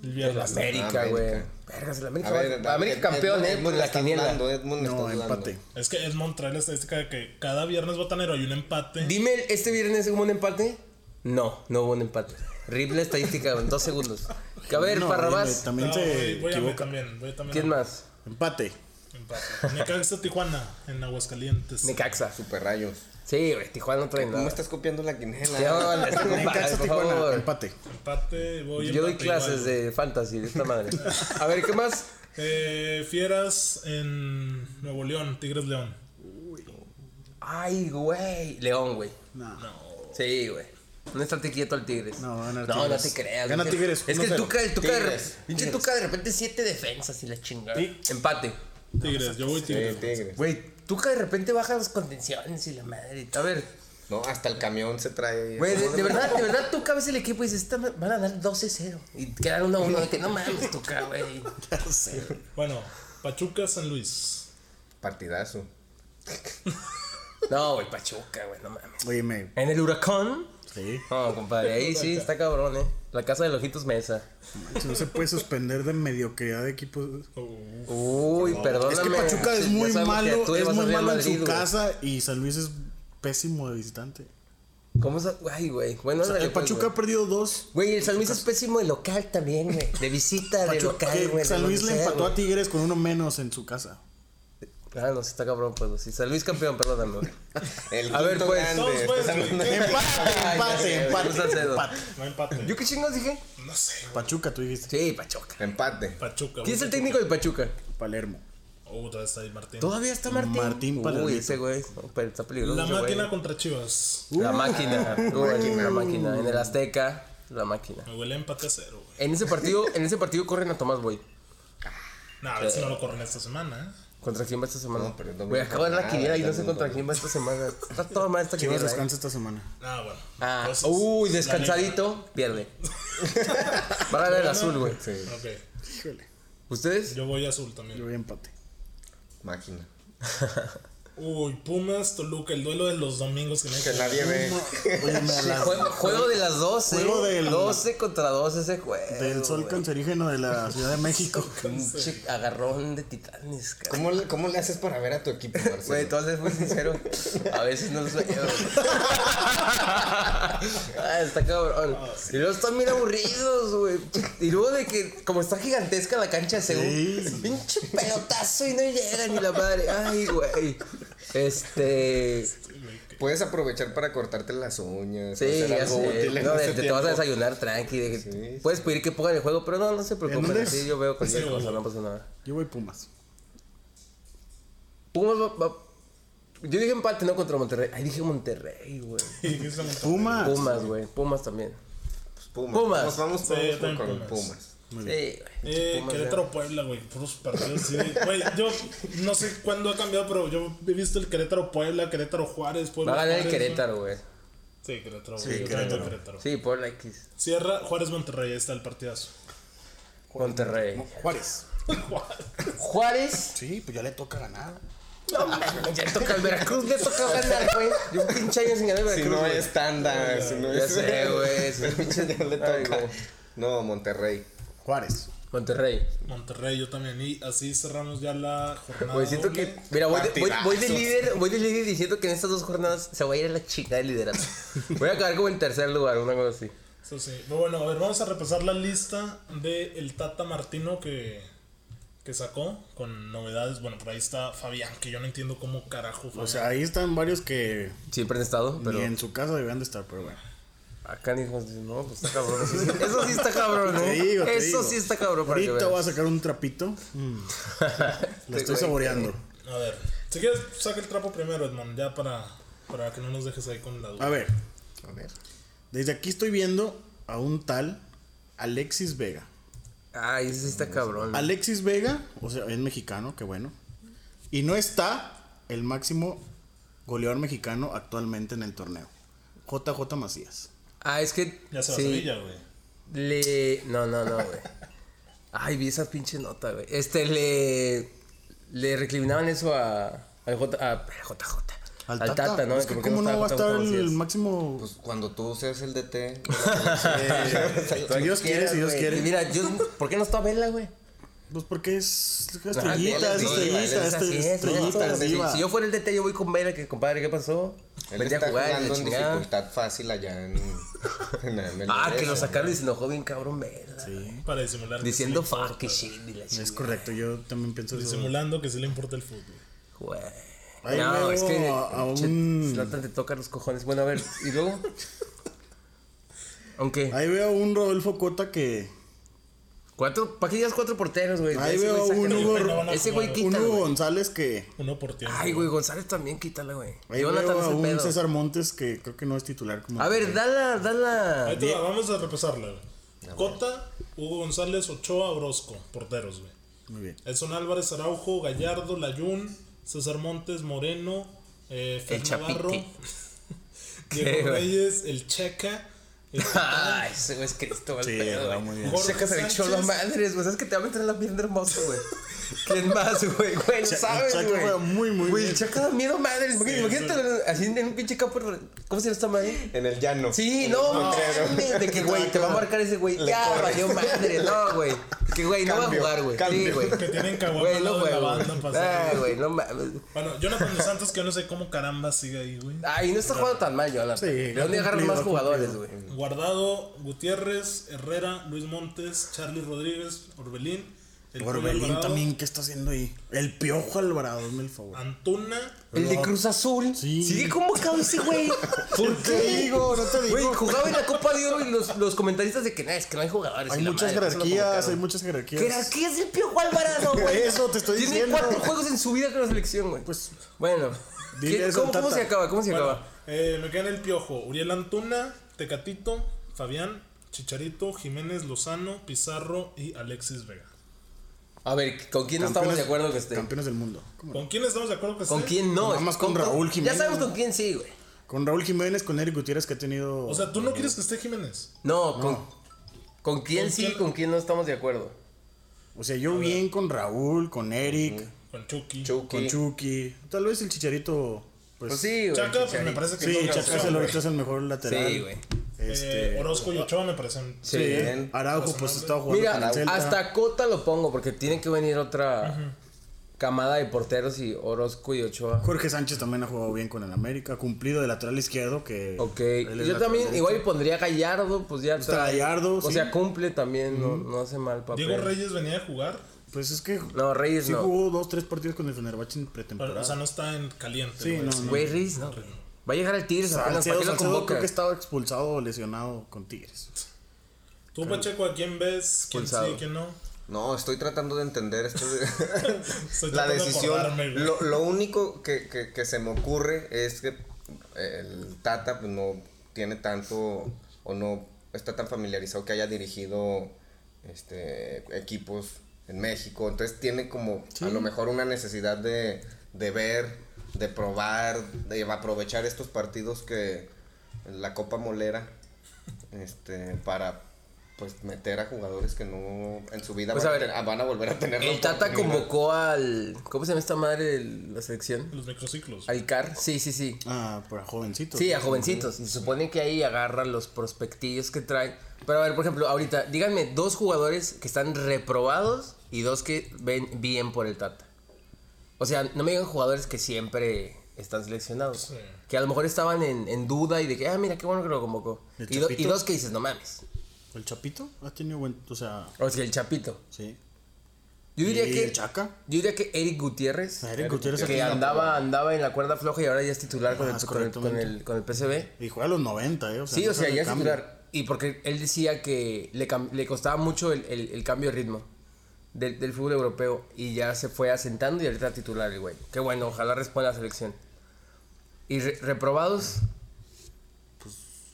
Speaker 1: El
Speaker 2: El
Speaker 1: viernes.
Speaker 2: América,
Speaker 3: América.
Speaker 2: güey. Vergas, el América.
Speaker 3: A ver,
Speaker 2: va- América campeón, eh, por la quiniela.
Speaker 4: No, empate.
Speaker 1: Es que Edmond trae la estadística de que cada viernes botanero hay un empate.
Speaker 2: Dime, ¿este viernes hubo un empate? No, no hubo un empate. Rible estadística en dos segundos. Que a ver,
Speaker 4: No, eh,
Speaker 2: Parrabás,
Speaker 4: También
Speaker 1: No,
Speaker 4: se
Speaker 1: voy, voy a ver
Speaker 4: equivoca.
Speaker 1: también. Voy a también
Speaker 2: ¿quién
Speaker 1: a-
Speaker 2: más?
Speaker 4: Empate.
Speaker 1: Empate. Necaxa Tijuana en Aguascalientes.
Speaker 2: Necaxa.
Speaker 3: Super rayos.
Speaker 2: Sí, güey, Tijuana no trae
Speaker 3: ¿Cómo
Speaker 2: nada.
Speaker 3: estás copiando la quinela?
Speaker 2: Ya, vale, está con madre,
Speaker 4: Necaxa,
Speaker 2: por
Speaker 4: Tijuana,
Speaker 2: favor.
Speaker 4: Empate.
Speaker 1: empate, voy
Speaker 2: Yo doy
Speaker 1: empate igual,
Speaker 2: clases
Speaker 1: güey.
Speaker 2: de fantasy de esta madre. A ver, ¿qué más?
Speaker 1: Eh, Fieras en Nuevo León, Tigres León.
Speaker 2: Ay, güey. León, güey. Sí, güey. No estate quieto al Tigres.
Speaker 4: No, gana el
Speaker 2: No, no
Speaker 4: Tigres.
Speaker 2: te creas.
Speaker 4: Gana
Speaker 2: güey.
Speaker 4: Tigres,
Speaker 2: Es que el
Speaker 4: 1-0.
Speaker 2: Tuca, el Tuca, de-
Speaker 3: Tigres,
Speaker 2: pinche Tuca de repente siete defensas y la chingada. Empate.
Speaker 1: Tigres, yo voy
Speaker 3: Eh,
Speaker 1: Tigres.
Speaker 4: Este.
Speaker 3: tigres.
Speaker 2: Güey, Tuca de repente baja las contenciones y la madre. A ver,
Speaker 3: No, hasta el camión se trae.
Speaker 2: güey, de, de verdad, de verdad, Tuca ves el equipo y dices, "Esta ma- van a dar 12-0. Y quedaron 1-1. de Que no mames, Tuca, güey.
Speaker 1: Bueno, Pachuca San Luis.
Speaker 3: Partidazo.
Speaker 2: No, güey, Pachuca, güey, no mames.
Speaker 4: Oye, me.
Speaker 2: En el huracán.
Speaker 4: Sí.
Speaker 2: No, compadre, ahí sí está cabrón, eh. La casa de los ojitos mesa.
Speaker 4: No se puede suspender de mediocridad de equipos.
Speaker 2: Uy, perdóname.
Speaker 4: Es que Pachuca es
Speaker 2: Ya
Speaker 4: muy
Speaker 2: sabemos que
Speaker 4: malo,
Speaker 2: tú le
Speaker 4: es
Speaker 2: vas
Speaker 4: muy
Speaker 2: al Real
Speaker 4: malo en
Speaker 2: Madrid,
Speaker 4: su
Speaker 2: güey.
Speaker 4: casa y San Luis es pésimo de visitante.
Speaker 2: ¿Cómo es? Ay, güey. Bueno, ándale,
Speaker 4: El
Speaker 2: pues,
Speaker 4: Pachuca ha
Speaker 2: güey.
Speaker 4: perdido dos.
Speaker 2: Güey, el San Luis es pésimo de local también, güey. De visita, de
Speaker 4: Pachuca-
Speaker 2: local,
Speaker 4: que
Speaker 2: güey. de
Speaker 4: eh, San
Speaker 2: donde
Speaker 4: Luis le
Speaker 2: sea,
Speaker 4: empató
Speaker 2: güey.
Speaker 4: a Tigres con uno menos en su casa.
Speaker 2: Ah, no, sí está cabrón, pues. güey. Sí, San Luis campeón, perdóname. güey.
Speaker 3: El
Speaker 2: A ver,
Speaker 3: quinto
Speaker 2: pues,
Speaker 3: grande.
Speaker 1: todos, pues,
Speaker 3: Estás
Speaker 1: güey.
Speaker 3: hablando-
Speaker 2: Ay, ya sé,
Speaker 4: Empate,
Speaker 2: güey,
Speaker 4: empate,
Speaker 2: Cruz Salcedo.
Speaker 4: empate.
Speaker 1: No empate.
Speaker 2: ¿Yo qué chingos dije?
Speaker 1: no sé.
Speaker 4: Pachuca, tú dijiste.
Speaker 2: Sí, Pachuca.
Speaker 3: Empate.
Speaker 1: Pachuca.
Speaker 2: ¿Quién es
Speaker 1: voy
Speaker 2: el
Speaker 1: Pachuca.
Speaker 2: técnico de Pachuca?
Speaker 4: Palermo.
Speaker 1: Uh, todavía está ahí Martín.
Speaker 2: Todavía está Martín.
Speaker 4: Martín
Speaker 2: Uy,
Speaker 4: Palermo.
Speaker 2: ese güey. no, pero está peligroso.
Speaker 1: La
Speaker 2: ese güey.
Speaker 1: máquina contra Chivas.
Speaker 2: La máquina. güey, La máquina. En el Azteca, la máquina.
Speaker 1: Me huele a empate a cero, güey.
Speaker 2: En ese partido, en ese partido corren a Tomás Boy.
Speaker 1: Nah, a ver si no lo corren esta semana, ¿eh?
Speaker 2: ¿Contra quién va esta semana?
Speaker 3: No, pero no me
Speaker 2: Güey, acabo de dar la
Speaker 3: nada,
Speaker 2: quiniela y no sé
Speaker 3: también,
Speaker 2: contra
Speaker 3: güey.
Speaker 2: quién va esta semana. Está toda mal esta
Speaker 4: Chivas
Speaker 2: quiniela. eh.
Speaker 4: descansa esta semana.
Speaker 1: Ah, bueno.
Speaker 2: Ah,
Speaker 1: Entonces,
Speaker 2: uy,
Speaker 1: la
Speaker 2: descansadito, pierde. Va a ganar el azul, güey.
Speaker 1: neta. Ok.
Speaker 4: Híjole.
Speaker 2: ¿Ustedes?
Speaker 1: Yo voy azul también.
Speaker 4: Yo voy a empate.
Speaker 3: Máquina.
Speaker 1: Uy, Pumas, Toluca, el duelo de los domingos que no hay
Speaker 3: Que nadie ve.
Speaker 4: Oye, me la-
Speaker 2: Jue- Juego de las 12.
Speaker 4: Juego del-
Speaker 2: 12 contra 12 ese juego.
Speaker 4: del sol
Speaker 2: güey.
Speaker 4: cancerígeno de la Ciudad de México.
Speaker 2: Pinche agarrón de titanes, cara.
Speaker 3: ¿Cómo, le- ¿Cómo le haces para ver a tu equipo, Marcelo?
Speaker 2: Güey, te voy a ser muy sincero. A veces no sueño. güey. Ah, está cabrón. Y luego están bien aburridos, güey. Y luego de que, como está gigantesca la cancha de Seúl,
Speaker 4: Sí.
Speaker 2: pinche pelotazo y no llega ni la madre. Ay, güey. Este.
Speaker 3: Puedes aprovechar para cortarte las uñas.
Speaker 2: Sí,
Speaker 3: hacer
Speaker 2: ya
Speaker 3: algo útil
Speaker 2: sé.
Speaker 3: en
Speaker 2: No, de-
Speaker 3: ese
Speaker 2: te, te vas a
Speaker 3: tiempo.
Speaker 2: desayunar tranqui. de que
Speaker 3: Sí,
Speaker 2: puedes pedir que pongan el juego, pero no, no se preocupen.
Speaker 4: dónde
Speaker 2: Así
Speaker 4: es?
Speaker 2: yo veo cualquier
Speaker 1: Sí,
Speaker 2: cosa,
Speaker 1: güey.
Speaker 2: no pasa nada.
Speaker 4: Yo voy Pumas.
Speaker 2: Pumas va- va- Yo dije empate, no contra Monterrey. Ay, dije Monterrey, güey.
Speaker 3: Ah,
Speaker 4: Pumas.
Speaker 2: Pumas, güey. Pumas también.
Speaker 3: Pues Pumas.
Speaker 2: Pumas.
Speaker 3: Vamos, vamos,
Speaker 1: Sí,
Speaker 3: vamos
Speaker 1: también
Speaker 3: con
Speaker 1: Pumas.
Speaker 3: Pumas.
Speaker 2: Sí, güey.
Speaker 1: Eh,
Speaker 2: Pumas,
Speaker 1: Querétaro Puebla, güey, puros partidos así de- Güey, yo no sé cuándo ha cambiado, pero yo he visto el Querétaro Puebla, Querétaro Juárez,
Speaker 2: ya.
Speaker 1: Puebla.
Speaker 2: Va a ganar el
Speaker 1: Juárez,
Speaker 2: Querétaro, güey.
Speaker 1: güey. Sí, Querétaro. güey, yo también doy Querétaro.
Speaker 2: Sí, por la X.
Speaker 1: Sierra, Juárez Monterrey, ahí está el partidazo.
Speaker 2: Monterrey.
Speaker 4: Juárez.
Speaker 3: pues,
Speaker 2: Juárez.
Speaker 4: Sí, pues ya le toca ganar.
Speaker 2: No mames, ya toca el Veracruz, le toca ganar, güey. Yo un pinche año sin ganar el
Speaker 3: Si
Speaker 2: Veracruz.
Speaker 3: no
Speaker 2: güey.
Speaker 3: hay estándar, si no
Speaker 2: Ya
Speaker 3: es-
Speaker 2: sé, güey, sí.
Speaker 3: Pero ya le
Speaker 2: Ay,
Speaker 3: toca.
Speaker 2: güey.
Speaker 3: No, Monterrey.
Speaker 4: Juárez.
Speaker 2: Monterrey.
Speaker 1: Monterrey, yo también. Y así cerramos ya la jornada.
Speaker 2: Güey, Pues siento
Speaker 1: doble.
Speaker 2: que. Mira, voy de, voy, voy de
Speaker 3: Partidazos.
Speaker 2: líder, voy de líder diciendo que en estas dos jornadas se va a ir a la chica de liderato. Voy a acabar como en tercer lugar, una cosa así.
Speaker 1: Eso sí. Pero bueno, a ver, vamos a repasar la lista de el Tata Martino que, que sacó con novedades. Bueno, por ahí está Fabián, que yo no entiendo cómo carajo Fabián.
Speaker 4: O sea, ahí están varios que
Speaker 2: Siempre han estado, pero.
Speaker 4: ni en su casa debían de estar, pero bueno.
Speaker 2: Acá ni hijos dicen, no, pues está cabrón. Eso sí- Eso sí está cabrón,
Speaker 4: Te
Speaker 2: ¿eh?
Speaker 4: digo, te
Speaker 2: Eso
Speaker 4: digo.
Speaker 2: sí está cabrón para que
Speaker 4: Ahorita
Speaker 2: veas. Mm.
Speaker 4: voy a sacar un trapito. Lo estoy saboreando.
Speaker 2: eh,
Speaker 1: A ver, si quieres, saca el trapo primero, Edmond, ya para, para que no nos dejes ahí con la duda.
Speaker 4: A ver,
Speaker 3: A ver.
Speaker 4: desde aquí estoy viendo a un tal Alexis Vega.
Speaker 2: Ay, eso sí está cabrón.
Speaker 4: Alexis Vega, o sea, es mexicano, qué bueno. Y no está el máximo goleador mexicano actualmente en el torneo. JJ Macías.
Speaker 2: Ah, es que.
Speaker 1: Ya se va
Speaker 2: sí,
Speaker 1: a Sevilla, güey.
Speaker 2: Le. No, no, no, güey. Ay, vi esa pinche nota, güey. Este, le. Le recriminaban eso a. Al J, a JJ. Al, Tata, ¿no?
Speaker 4: Es pues que
Speaker 2: ¿Por qué
Speaker 4: ¿Cómo no va a
Speaker 2: estaba
Speaker 4: estar
Speaker 2: JJ
Speaker 4: el
Speaker 2: Macías?
Speaker 4: máximo?
Speaker 3: Pues cuando tú seas el DT.
Speaker 4: si Dios quiere, si Dios
Speaker 2: Güey,
Speaker 4: quiere.
Speaker 2: y Mira, yo, ¿por qué no está Vela, güey?
Speaker 4: Pues porque es
Speaker 2: Ah,
Speaker 4: estrellita,
Speaker 2: Vela,
Speaker 4: es
Speaker 2: sí,
Speaker 4: estrellita,
Speaker 2: Vela,
Speaker 4: es
Speaker 2: es así, es,
Speaker 4: estrellita,
Speaker 2: ¿no?
Speaker 4: estrellita,
Speaker 2: Si-
Speaker 4: arriba.
Speaker 2: Si yo fuera el DT, yo voy con Vela, que compadre, ¿qué pasó?
Speaker 3: Él
Speaker 2: Vete a
Speaker 3: está
Speaker 2: jugar, y la
Speaker 3: jugando en
Speaker 2: chingada.
Speaker 3: dificultad fácil allá en. en- en el
Speaker 2: Ah, que
Speaker 3: DF.
Speaker 2: lo sacaron y se enojó bien cabrón, Vela.
Speaker 1: Para disimular. que
Speaker 2: Diciendo
Speaker 1: sí le importa-
Speaker 2: fuck y shit y la
Speaker 4: Es
Speaker 2: chingada.
Speaker 4: correcto, yo también pienso eso.
Speaker 1: Disimulando que sí le importa el fútbol.
Speaker 2: Güey.
Speaker 4: Ahí
Speaker 2: No,
Speaker 4: veo
Speaker 2: es que.
Speaker 4: a- a
Speaker 2: che,
Speaker 4: un-
Speaker 2: Zlatan te toca los cojones. Bueno, a ver, ¿y luego? Aunque.
Speaker 4: Ahí veo un Rodolfo Cota que.
Speaker 2: Cuatro, ¿Para qué llevas cuatro porteros, güey?
Speaker 4: Ahí
Speaker 2: Ese
Speaker 4: veo
Speaker 2: güey saca-
Speaker 4: un
Speaker 1: güey, no
Speaker 4: Hugo,
Speaker 1: van a
Speaker 2: Ese güey
Speaker 1: jugar.
Speaker 4: un
Speaker 2: quita.
Speaker 4: Hugo
Speaker 2: güey.
Speaker 4: González que.
Speaker 1: Uno por tiempo.
Speaker 2: Ay, güey, González también quítala, güey.
Speaker 4: Ahí
Speaker 2: Jonathan
Speaker 4: veo
Speaker 2: es
Speaker 4: a
Speaker 2: el
Speaker 4: un
Speaker 2: pedo.
Speaker 4: César Montes que creo que no es titular como.
Speaker 2: A ver, dala, dala.
Speaker 1: Ahí te va, vamos a repasarla,
Speaker 2: Ah,
Speaker 1: güey. Cota, Hugo González, Ochoa, Orozco, porteros, güey.
Speaker 4: Muy bien.
Speaker 1: Edson Álvarez, Araujo, Gallardo, Layún, César Montes, Moreno, eh, Fer
Speaker 2: El Chapiti.
Speaker 1: Navarro,
Speaker 2: Qué,
Speaker 1: Diego
Speaker 2: güey.
Speaker 1: Reyes, el Checa, eh, el
Speaker 2: Ay, ese güey es Cristo, al
Speaker 4: Sí,
Speaker 2: pedo,
Speaker 4: va
Speaker 2: güey.
Speaker 4: muy bien.
Speaker 2: Checa se
Speaker 1: Jorge
Speaker 2: echó la
Speaker 1: Sánchez.
Speaker 2: madres, güey. Sabes que te va a meter la pierna hermosa, güey. ¿Quién más, güey? Güey, no
Speaker 4: Che-
Speaker 2: sabes,
Speaker 4: Chaca
Speaker 2: güey.
Speaker 4: juega muy, muy
Speaker 2: Güey,
Speaker 4: bien.
Speaker 2: Chaca da miedo madres. Imagínate, imagínate así en un pinche campo. ¿Cómo se llama esta madre?
Speaker 3: En el llano.
Speaker 2: Sí, no, mames, de que güey, te va a marcar ese güey. Ya, valió madre, no, güey. Que güey, no va a
Speaker 3: Cambio,
Speaker 2: jugar, güey. Sí,
Speaker 3: cambio.
Speaker 2: güey.
Speaker 1: que tienen caguama
Speaker 2: Güey,
Speaker 1: al
Speaker 2: no
Speaker 1: lado de la
Speaker 2: juego.
Speaker 1: banda para
Speaker 2: Ay,
Speaker 1: hacer-
Speaker 2: güey, no mames.
Speaker 1: Bueno, Jonathan dos Santos, que yo no sé cómo caramba sigue ahí, güey.
Speaker 2: Ay, no está jugando tan mal, Jonathan.
Speaker 4: Sí,
Speaker 2: ¿De
Speaker 4: ha
Speaker 2: dónde agarran
Speaker 4: cumplido,
Speaker 2: más
Speaker 4: ha
Speaker 2: jugadores,
Speaker 4: cumplido.
Speaker 2: güey?
Speaker 1: Guardado, Gutiérrez, Herrera, Luis Montes, Charlie Rodríguez, Orbelín, el Pollo
Speaker 4: Orbelín
Speaker 1: Alvarado,
Speaker 4: también, ¿qué está haciendo ahí? El Piojo Alvarado, hazme el
Speaker 2: Ah,
Speaker 4: favor.
Speaker 1: Antuna,
Speaker 2: El de Cruz Azul.
Speaker 4: Sí.
Speaker 2: Sigue convocado ese güey. ¿Por
Speaker 4: te digo? No te digo.
Speaker 2: Güey, jugaba en la Copa de Oro y los, los comentaristas de que nada, es que no hay jugadores.
Speaker 4: Hay
Speaker 2: y la
Speaker 4: muchas
Speaker 2: madre, pues, por eso lo
Speaker 4: jerarquías,
Speaker 2: convocaron".
Speaker 4: hay muchas jerarquías.
Speaker 2: Jerarquías del Piojo Alvarado, güey.
Speaker 4: Eso te estoy
Speaker 2: Tiene
Speaker 4: diciendo.
Speaker 2: cuatro juegos en su vida con la selección, güey.
Speaker 4: Pues,
Speaker 2: bueno.
Speaker 4: dile
Speaker 2: ¿Qué-
Speaker 4: eso
Speaker 2: ¿Cómo,
Speaker 4: al
Speaker 2: cómo
Speaker 4: Tata.
Speaker 2: se acaba? ¿Cómo se
Speaker 1: Bueno,
Speaker 2: acaba?
Speaker 1: eh, me quedan el piojo. Uriel Antuna, Tecatito, Fabián, Chicharito, Jiménez Lozano, Pizarro y Alexis Vega.
Speaker 2: A ver, ¿con quién no estamos de acuerdo que esté?
Speaker 4: Campeones del mundo. ¿Cómo no?
Speaker 1: ¿Con quién estamos de acuerdo que
Speaker 2: ¿Con
Speaker 1: esté?
Speaker 2: quién no?
Speaker 4: Nada más con Raúl Jiménez,
Speaker 2: Ya sabemos con
Speaker 4: ¿no?
Speaker 2: quién sí, güey.
Speaker 4: Con Raúl Jiménez, con Eric Gutiérrez que ha tenido.
Speaker 1: O sea, tú no quieres que esté Jiménez.
Speaker 2: No, con, con quién
Speaker 1: ¿Con
Speaker 2: sí y
Speaker 1: quién?
Speaker 2: con quién no estamos de acuerdo.
Speaker 4: O sea, yo bien con Raúl, con Eric,
Speaker 1: Con Chucky.
Speaker 3: Chucky.
Speaker 4: Con Chucky. Tal vez el Chicharito. Pues,
Speaker 3: Pues sí, güey.
Speaker 1: Chaca, pues
Speaker 3: Chicharito.
Speaker 1: me parece que
Speaker 4: Sí,
Speaker 1: es otra
Speaker 4: Chaca es
Speaker 1: opción,
Speaker 4: el,
Speaker 1: güey.
Speaker 4: ahorita es el mejor lateral.
Speaker 2: Sí, güey.
Speaker 4: Este,
Speaker 1: Eh, Orozco y Ochoa me parecen.
Speaker 4: Sí,
Speaker 3: Bien.
Speaker 4: Araujo, pues estaba jugando
Speaker 2: Mira,
Speaker 4: con el Celta.
Speaker 2: hasta Cota lo pongo porque tiene que venir otra camada de porteros y Orozco y Ochoa.
Speaker 4: Jorge Sánchez también ha jugado bien con el América. Cumplido de lateral izquierdo que.
Speaker 2: Ok.
Speaker 4: él es
Speaker 2: Yo
Speaker 4: lateral
Speaker 2: también
Speaker 4: derecho.
Speaker 2: igual y pondría Gallardo, pues ya.
Speaker 4: Está Gallardo,
Speaker 2: O
Speaker 4: sí.
Speaker 2: sea, cumple también, no, no hace mal papel.
Speaker 1: Diego Reyes venía a jugar,
Speaker 4: Pues es que.
Speaker 2: No, Reyes
Speaker 4: sí
Speaker 2: no.
Speaker 4: jugó dos, tres partidos con el Fenerbahce en
Speaker 1: pero,
Speaker 4: pretemporada.
Speaker 1: o sea, no está en caliente.
Speaker 4: Sí,
Speaker 1: güey.
Speaker 4: no, no.
Speaker 2: Güey, Reyes no. güey. Va a llegar al Tigres apenas. ¿Para
Speaker 4: Salcedo,
Speaker 2: qué lo
Speaker 4: Salcedo creo
Speaker 2: convoca?
Speaker 4: que estaba expulsado o lesionado con Tigres.
Speaker 1: Tú, Pacheco, ¿a quién ves? ¿Quién sí,
Speaker 2: Expulsado.
Speaker 1: quién no?
Speaker 3: No, estoy tratando de entender esto de-
Speaker 1: Estoy
Speaker 3: la
Speaker 1: tratando de
Speaker 3: decisión.
Speaker 1: acordarme, güey.
Speaker 3: Lo, lo único que, que- que se me ocurre es que el Tata pues, no tiene tanto o no está tan familiarizado que haya dirigido este, equipos en México. Entonces tiene como a lo mejor una necesidad de, de ver, de probar, de aprovechar estos partidos que la Copa Molera este, para pues meter a jugadores que no en su vida
Speaker 2: Pues,
Speaker 3: van,
Speaker 2: a
Speaker 3: a
Speaker 2: ver,
Speaker 3: tener- ah, van a volver a tener la
Speaker 2: El Tata
Speaker 3: oportunidad.
Speaker 2: convocó al. ¿Cómo se llama esta madre el- la selección?
Speaker 1: Los microciclos.
Speaker 2: Al CAR. Sí, sí, sí.
Speaker 4: Ah, para jovencitos.
Speaker 2: Sí, a jovencitos. Y se supone que ahí agarra los prospectillos que trae. Pero a ver, por ejemplo, ahorita, díganme dos jugadores que están reprobados y dos que ven bien por el Tata. O sea, no me digan jugadores que siempre están seleccionados.
Speaker 1: Sí.
Speaker 2: Que a lo mejor estaban en, en duda y de que, ah, mira, qué bueno que lo convocó.
Speaker 4: ¿El
Speaker 2: Y, do- y
Speaker 4: Chapito?
Speaker 2: dos que dices, no mames.
Speaker 4: El Chapito ha tenido buen. O sea,
Speaker 2: O sea, el Chapito.
Speaker 4: sí.
Speaker 2: Yo diría
Speaker 4: ¿Y
Speaker 2: que.
Speaker 4: el Chaca?
Speaker 2: Yo diría que Eric Gutiérrez.
Speaker 4: Eric Gutiérrez ha
Speaker 2: Que
Speaker 4: tenido-
Speaker 2: andaba, andaba en la cuerda floja y ahora ya es titular con,
Speaker 4: Ah,
Speaker 2: el, con, el, con, el,
Speaker 4: correctamente.
Speaker 2: con el PCB.
Speaker 4: Y juega a los 90, ¿eh? O sea,
Speaker 2: Sí,
Speaker 4: no
Speaker 2: o sea,
Speaker 4: sale
Speaker 2: ya es
Speaker 4: cambio.
Speaker 2: titular. Y porque él decía que le, cam- le costaba mucho el, el- el cambio de ritmo del, del fútbol europeo y ya se fue asentando y ahorita titular el güey. Qué bueno, ojalá responda a la selección. Y re- reprobados,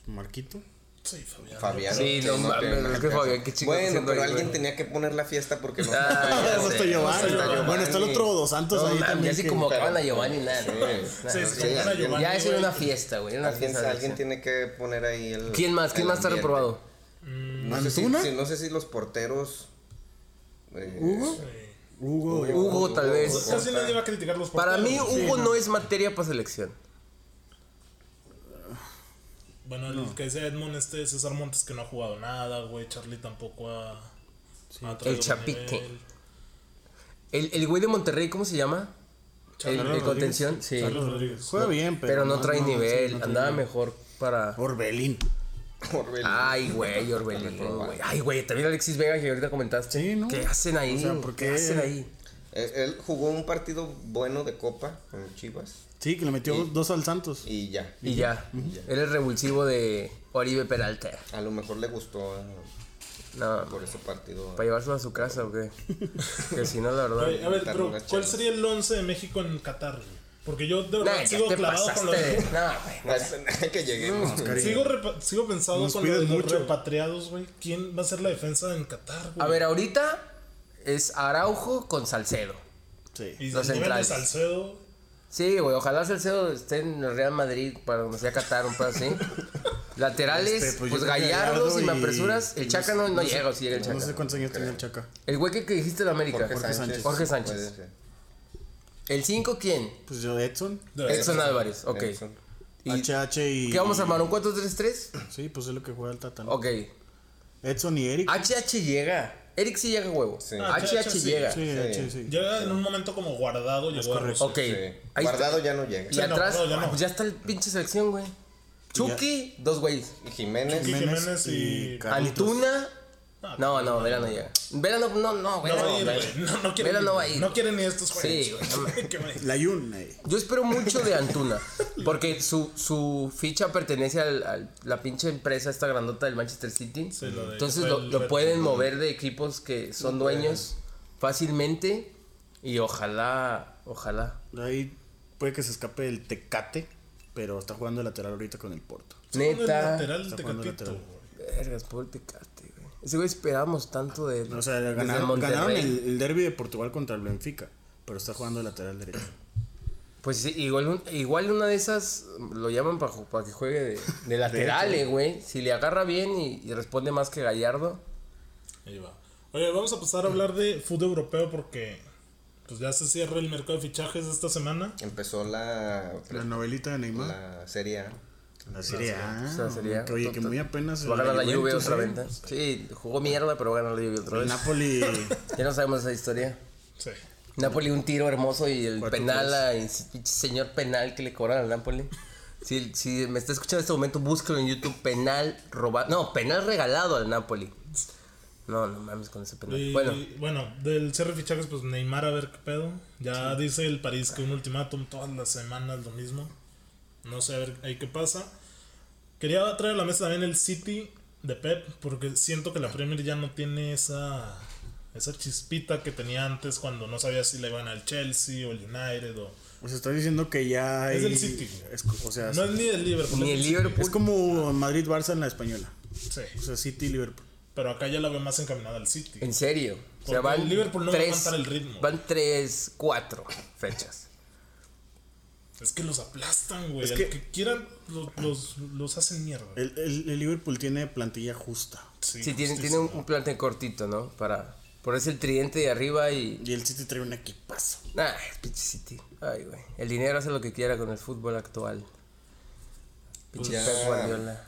Speaker 4: Marquito.
Speaker 1: Sí, Fabián.
Speaker 3: Fabián.
Speaker 2: Sí, no
Speaker 3: tiene
Speaker 2: mames,
Speaker 3: nada
Speaker 2: es que
Speaker 3: hacer.
Speaker 2: Fabián, qué chingo
Speaker 3: Bueno,
Speaker 2: haciendo
Speaker 3: pero
Speaker 2: ahí,
Speaker 3: alguien
Speaker 2: güey.
Speaker 3: tenía que poner la fiesta porque no.
Speaker 2: Ah,
Speaker 4: Ah,
Speaker 2: ya
Speaker 4: no
Speaker 2: sé.
Speaker 4: está Giovanni.
Speaker 3: Está Giovanni.
Speaker 4: Bueno, está el otro dos Santos
Speaker 2: No,
Speaker 4: ahí
Speaker 2: mames,
Speaker 4: también.
Speaker 2: así
Speaker 4: que-
Speaker 2: como
Speaker 3: pero-
Speaker 2: acaban a Giovanni, nada.
Speaker 3: Sí.
Speaker 2: nada, nada.
Speaker 1: Sí, sí, como una
Speaker 3: alguien-
Speaker 1: Giovanni,
Speaker 2: Ya es
Speaker 1: güey.
Speaker 2: una fiesta, güey. Una
Speaker 3: Alguien,
Speaker 2: fiesta de
Speaker 3: alguien
Speaker 2: selección.
Speaker 3: tiene que poner ahí el.
Speaker 2: ¿Quién más? ¿Quién
Speaker 3: el
Speaker 2: más está
Speaker 3: ambiente.
Speaker 2: reprobado?
Speaker 3: No sé, si,
Speaker 4: ¿Antuna?
Speaker 3: sí, no sé si los porteros. eh,
Speaker 1: Sí.
Speaker 4: Hugo.
Speaker 2: Hugo, tal vez.
Speaker 1: Pues Casi nadie va a criticar los
Speaker 2: Para mí,
Speaker 1: porteros.
Speaker 2: Hugo no es materia para selección.
Speaker 1: Bueno, el que decía Edmond, este César Montes que no ha jugado nada, güey. Charlie tampoco ha. ha traído
Speaker 2: El Chapito.
Speaker 1: nivel.
Speaker 2: El, el güey de Monterrey, ¿cómo se llama? El, el
Speaker 4: Rodríguez.
Speaker 2: contención, sí.
Speaker 1: Carlos Rodríguez.
Speaker 4: Juega bien, pero.
Speaker 2: Pero no trae
Speaker 4: sí,
Speaker 2: nivel,
Speaker 4: no trae
Speaker 2: andaba
Speaker 4: nivel.
Speaker 2: mejor para...
Speaker 4: Orbelín.
Speaker 3: Orbelín.
Speaker 2: Ay, güey, Orbelín, güey. Ay, güey, también Alexis Vega que ahorita comentaste.
Speaker 4: Sí, ¿no?
Speaker 2: ¿Qué hacen ahí?
Speaker 4: O sea, ¿por
Speaker 2: qué?
Speaker 4: qué?
Speaker 2: hacen ahí?
Speaker 3: Él, él jugó un partido bueno de Copa con Chivas
Speaker 4: Sí, que le metió dos al Santos.
Speaker 3: y ya.
Speaker 2: Y ya. Eres revulsivo de Oribe Peralta.
Speaker 3: A lo mejor le gustó eh,
Speaker 2: No,
Speaker 3: por ese partido.
Speaker 2: para llevárselo a su casa o qué. que si no, la
Speaker 1: Oye, Eh, a
Speaker 2: verdad.
Speaker 1: ver, pero
Speaker 3: Carlos
Speaker 1: ¿cuál
Speaker 3: Chávez.
Speaker 1: sería el 11 de México en Qatar? güey? Porque yo de verdad
Speaker 2: Nah, ya
Speaker 1: sigo
Speaker 2: te
Speaker 1: clavado con
Speaker 2: pasaste
Speaker 1: lo
Speaker 2: de...
Speaker 1: de.
Speaker 2: No, güey.
Speaker 3: No, es- que lleguemos.
Speaker 1: Sigo, repa- sigo pensado
Speaker 4: Nos
Speaker 1: con lo de
Speaker 4: pides
Speaker 1: los
Speaker 4: mucho.
Speaker 1: repatriados, güey. ¿Quién va a ser la defensa en Qatar, güey?
Speaker 2: A ver, ahorita es Araujo con Salcedo.
Speaker 1: y
Speaker 4: Sí.
Speaker 2: los
Speaker 1: el nivel de
Speaker 2: centrales.
Speaker 1: Salcedo.
Speaker 2: Sí, güey, ojalá Salcedo esté en el Real Madrid para donde sea Qatar, un pedo así. Laterales,
Speaker 4: Este,
Speaker 2: pues,
Speaker 4: yo creo que
Speaker 2: Gallardo, si me
Speaker 4: y-
Speaker 2: apresuras.
Speaker 4: y
Speaker 2: El Chaca no, no,
Speaker 4: sé-
Speaker 2: llega, o si llega el Chaca.
Speaker 4: No sé cuántos años tenía el Chaca.
Speaker 2: El güey que, que dijiste de América.
Speaker 3: Jorge
Speaker 2: Jorge,
Speaker 3: Sánchez.
Speaker 2: Sánchez.
Speaker 3: puede ser.
Speaker 2: ¿El 5 quién?
Speaker 4: Pues yo, Edson.
Speaker 1: de-
Speaker 2: Edson Álvarez, ok.
Speaker 3: Edson.
Speaker 2: ¿Y
Speaker 4: HH y.
Speaker 2: ¿Qué vamos a armar? ¿Un 4-3-3?
Speaker 4: Sí, pues es lo que juega el Tata. ¿no?
Speaker 2: Ok. Ah,
Speaker 4: Edson y Eric.
Speaker 2: HH llega. Eric sí llega huevo.
Speaker 3: Sí.
Speaker 1: Ah,
Speaker 2: HH
Speaker 1: sí,
Speaker 2: llega.
Speaker 4: Sí, H, sí.
Speaker 1: Llega en un momento como guardado, llegó a Rusia.
Speaker 4: correcto.
Speaker 2: Ok.
Speaker 3: Sí.
Speaker 2: Eh, Ahí
Speaker 3: Guardado
Speaker 2: está.
Speaker 3: ya no llega.
Speaker 2: Y atrás,
Speaker 1: no, ya no.
Speaker 2: ah, pues ya está el pinche selección, güey. Chucky, dos güeyes.
Speaker 3: Y Jiménez.
Speaker 1: Jiménez. y
Speaker 4: Carlitos.
Speaker 2: Antuna.
Speaker 1: Ah,
Speaker 2: No, no, Vera no llega. Vera no, no, no,
Speaker 1: No
Speaker 2: Vera
Speaker 1: va
Speaker 2: no.
Speaker 1: a ir,
Speaker 2: Vera.
Speaker 1: güey. No, no quiere
Speaker 2: Vela
Speaker 1: ni-
Speaker 2: no va a ir.
Speaker 1: No quiere ni estos juegos.
Speaker 2: Sí, güey, no
Speaker 1: Que va a ir.
Speaker 4: La Yun. eh.
Speaker 2: Yo espero mucho de Antuna, porque su, su ficha pertenece al- a la pinche empresa esta grandota del Manchester City.
Speaker 1: Sí, lo de-
Speaker 2: Entonces
Speaker 1: fue
Speaker 2: lo,
Speaker 1: el
Speaker 2: lo
Speaker 1: Red
Speaker 2: pueden
Speaker 1: Bull.
Speaker 2: mover de equipos que son dueños fácilmente y ojalá, ojalá.
Speaker 4: Ahí puede que se escape el Tecate, pero está jugando de lateral ahorita con el Porto.
Speaker 1: Pon el
Speaker 2: Neta.
Speaker 1: lateral de
Speaker 4: Está jugando
Speaker 1: Tecatito,
Speaker 4: lateral.
Speaker 1: güey.
Speaker 2: Vergas, pobre Tecate, güey. Ese güey esperábamos tanto de él.
Speaker 4: O sea,
Speaker 2: desde
Speaker 4: ganaron,
Speaker 2: Monterrey.
Speaker 4: ganaron el, el derby de Portugal contra el Benfica, pero está jugando de lateral derecho.
Speaker 2: Pues sí, igual, un- igual una de esas lo llaman para, que juegue de, de laterales, güey. Si le agarra bien y, y responde más que Gallardo.
Speaker 1: Ahí va. Oye, vamos a pasar a hablar de fútbol europeo porque pues ya se cierra el mercado de fichajes esta semana.
Speaker 3: Empezó la,
Speaker 4: La novelita de Neymar.
Speaker 3: la Serie A.
Speaker 4: La Serie A.
Speaker 2: O sea, sería-
Speaker 4: que, Ah, oye, que muy apenas.
Speaker 2: Va a ganar la Juve
Speaker 4: Juventus,
Speaker 2: otra
Speaker 4: ¿eh?
Speaker 2: vez. Sí, jugó mierda, pero va a ganar la Juve otra
Speaker 4: El
Speaker 2: vez.
Speaker 4: Napoli.
Speaker 2: Ya no sabemos esa historia.
Speaker 1: Sí.
Speaker 2: Napoli un tiro hermoso y el
Speaker 4: Cuatro,
Speaker 2: penal, a- pinche señor penal que le cobran al Napoli. Si, si me está escuchando en este momento, búscalo en YouTube. Penal robado. No, penal regalado al Napoli. No, no mames con ese penal.
Speaker 1: Y,
Speaker 2: Bueno,
Speaker 1: y, bueno, del cierre de fichajes, pues Neymar a ver qué pedo. Ya dice el París que un ultimátum todas las semanas lo mismo. No sé, a ver ahí qué pasa. Quería traer a la mesa también el City de Pep, porque siento que la Premier ya no tiene esa, esa chispita que tenía antes cuando no sabía si le iban al Chelsea o el United o...
Speaker 4: Pues estoy diciendo que ya hay.
Speaker 1: Es del City.
Speaker 4: es- o sea,
Speaker 1: No es ni el Liverpool.
Speaker 2: Ah, ni
Speaker 1: es
Speaker 2: el
Speaker 1: City.
Speaker 4: es
Speaker 2: Liverpool.
Speaker 4: como Madrid-Barça en la española. O
Speaker 1: Sí,
Speaker 4: sea, City y Liverpool.
Speaker 1: pero acá ya la veo más encaminada al City.
Speaker 2: En serio. O sea,
Speaker 1: Porque
Speaker 2: van
Speaker 1: el Liverpool no va a
Speaker 2: tres,
Speaker 1: aguantar el ritmo.
Speaker 2: Van tres, cuatro fechas.
Speaker 1: Es que los aplastan, güey.
Speaker 4: Es
Speaker 1: Al
Speaker 4: que-
Speaker 1: que quieran, lo- los, los hacen mierda.
Speaker 4: El, el- el Liverpool tiene plantilla justa.
Speaker 1: Sí,
Speaker 2: Eh, Sí, tiene,
Speaker 1: justísimo.
Speaker 2: tiene un, un plantel cortito, ¿no? Para. Por eso el tridente de arriba y.
Speaker 4: Y el City trae un equipazo.
Speaker 2: Ah, pinche City. Ay, güey. El dinero hace lo que quiera con el fútbol actual. Pinche
Speaker 3: Pues ya.
Speaker 2: Pep Guardiola.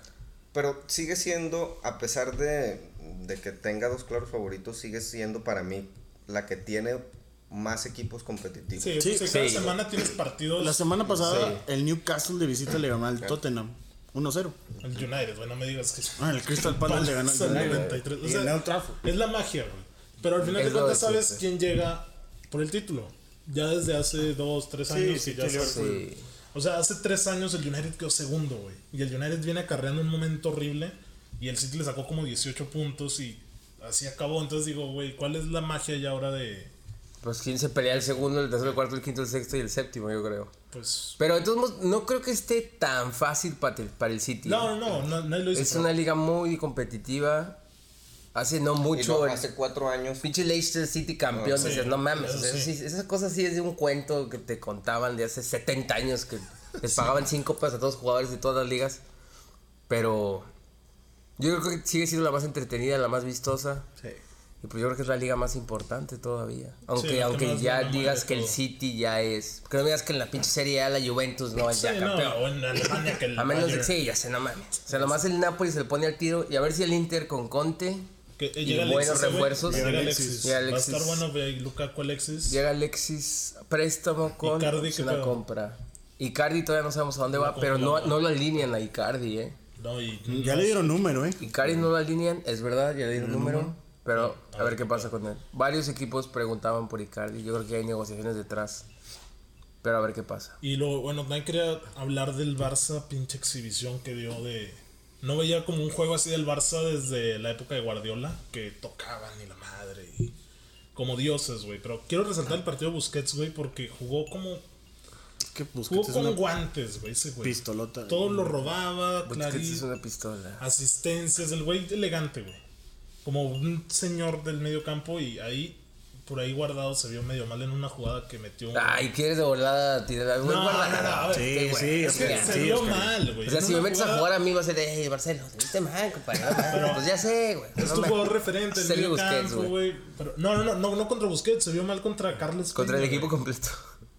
Speaker 3: Pero sigue siendo, a pesar de, de que tenga dos claros favoritos, sigue siendo para mí la que tiene más equipos competitivos.
Speaker 1: Sí,
Speaker 4: Sí,
Speaker 1: pues, cada
Speaker 2: sí.
Speaker 1: semana tienes partidos.
Speaker 4: La semana pasada, el Newcastle de visita le ganó al Tottenham 1-0.
Speaker 1: El United, güey, no me digas que.
Speaker 4: Ah, el Crystal Palace le ganó al
Speaker 1: Son
Speaker 4: United.
Speaker 1: 93. O
Speaker 4: Y
Speaker 1: sea,
Speaker 4: en el Old Trafford.
Speaker 1: es la magia, güey. Pero al final
Speaker 2: Es
Speaker 1: de
Speaker 2: lo
Speaker 1: cuentas
Speaker 2: de
Speaker 1: sabes
Speaker 2: siempre.
Speaker 1: quién llega por el título. Ya desde hace dos, tres años.
Speaker 4: sí,
Speaker 1: y ya
Speaker 4: sí,
Speaker 1: sabes.
Speaker 2: Sí.
Speaker 1: O sea, hace tres años el United quedó segundo, güey. Y el United viene acarreando un momento horrible. Y el City le sacó como 18 puntos y así acabó. Entonces digo, güey, ¿cuál es la magia ya ahora de.
Speaker 2: Pues quién se pelea el segundo, el tercero, el cuarto, el quinto, el sexto y el séptimo, yo creo.
Speaker 1: Pues.
Speaker 2: Pero entonces no creo que esté tan fácil para el, para el City.
Speaker 1: No, no, no, na- nadie lo dice.
Speaker 2: es
Speaker 1: pero-
Speaker 2: una liga muy competitiva. Hace no
Speaker 3: Y luego
Speaker 2: mucho el
Speaker 3: hace cuatro años.
Speaker 2: pinche Leicester City campeón.
Speaker 1: Oh, Sí,
Speaker 2: dices, no mames.
Speaker 1: eso
Speaker 2: o sea,
Speaker 1: sí.
Speaker 2: sí, esa cosa sí es de un cuento que te contaban de hace 70 años que les pagaban 5 pesos a todos los jugadores de todas las ligas. Pero yo creo que sigue siendo la más entretenida, la más vistosa. Y pues yo creo que es la liga más importante todavía. Aunque,
Speaker 1: la que
Speaker 2: aunque
Speaker 1: más
Speaker 2: ya
Speaker 1: gana, madre,
Speaker 2: digas que el
Speaker 1: todo.
Speaker 2: City ya es. Que no me digas que en la pinche Serie A la Juventus no es
Speaker 1: Sí,
Speaker 2: ya
Speaker 1: no,
Speaker 2: campeón.
Speaker 1: o en Alemania que el
Speaker 2: A menos de que
Speaker 1: Bayern-
Speaker 2: sí, ya se no mames. O sea, nomás el Napoli se le pone al tiro. Y a ver si el Inter con Conte
Speaker 1: Que eh,
Speaker 2: Y
Speaker 1: llega
Speaker 2: buenos
Speaker 1: Alexis, güey.
Speaker 2: refuerzos.
Speaker 1: Llega
Speaker 4: Llega
Speaker 1: Alexis.
Speaker 4: Alexis.
Speaker 2: Llega Alexis.
Speaker 1: Va a estar bueno güey, Lukaku Alexis.
Speaker 2: llega Alexis a préstamo con
Speaker 1: Icardi, ¿qué
Speaker 2: una
Speaker 1: pedo?
Speaker 2: compra. Icardi todavía no sabemos a dónde va, pero no, no lo alinean a Icardi, eh.
Speaker 1: No, y
Speaker 4: Mm, Ya le dieron número, ¿eh?
Speaker 2: Icardi no lo alinean, es verdad, ya le dieron número. Pero a ver qué pasa con él. Varios equipos preguntaban por Icardi. Yo creo que hay negociaciones detrás. Pero a ver qué pasa.
Speaker 1: y luego, bueno, también quería hablar del Barça, pinche exhibición que dio de no veía como un juego así del Barça desde la época de Guardiola, que tocaban y la madre y como dioses, güey, pero quiero resaltar el partido de Busquets, güey, porque jugó como
Speaker 4: Es que
Speaker 1: jugó
Speaker 4: Busquets es
Speaker 1: con
Speaker 4: una
Speaker 1: guantes, güey, ese güey.
Speaker 4: pistolota.
Speaker 1: Todo lo robaba,
Speaker 2: Busquets es
Speaker 1: clarito.
Speaker 2: una pistola.
Speaker 1: asistencias, el güey elegante, güey. Como un señor del medio campo y ahí, por ahí guardado, se vio medio mal en una jugada que metió un...
Speaker 2: Ay, quieres de volada tirar algo.
Speaker 1: No,
Speaker 2: Guarda,
Speaker 1: no, no, a ver,
Speaker 4: Sí,
Speaker 2: qué güey.
Speaker 4: sí,
Speaker 1: es que
Speaker 4: Oscar,
Speaker 1: se
Speaker 4: sí,
Speaker 1: vio
Speaker 4: Oscar.
Speaker 1: mal, güey.
Speaker 2: O sea,
Speaker 1: En
Speaker 2: si me
Speaker 1: una
Speaker 2: metes a
Speaker 1: jugada-
Speaker 2: jugar a mí va a ser, hey, Marcelo, te viste mal, compadre. no mames".
Speaker 1: Pero-
Speaker 2: pues ya sé, güey.
Speaker 1: Es
Speaker 2: no
Speaker 1: tu
Speaker 2: mames.
Speaker 1: jugador referente, el medio
Speaker 2: Sergio Busquets,
Speaker 1: campo,
Speaker 2: güey.
Speaker 1: güey. Pero- No, no, no, no, no contra Busquets, se vio mal contra Carles.
Speaker 2: Contra el
Speaker 1: Peña,
Speaker 2: equipo
Speaker 1: güey.
Speaker 2: completo.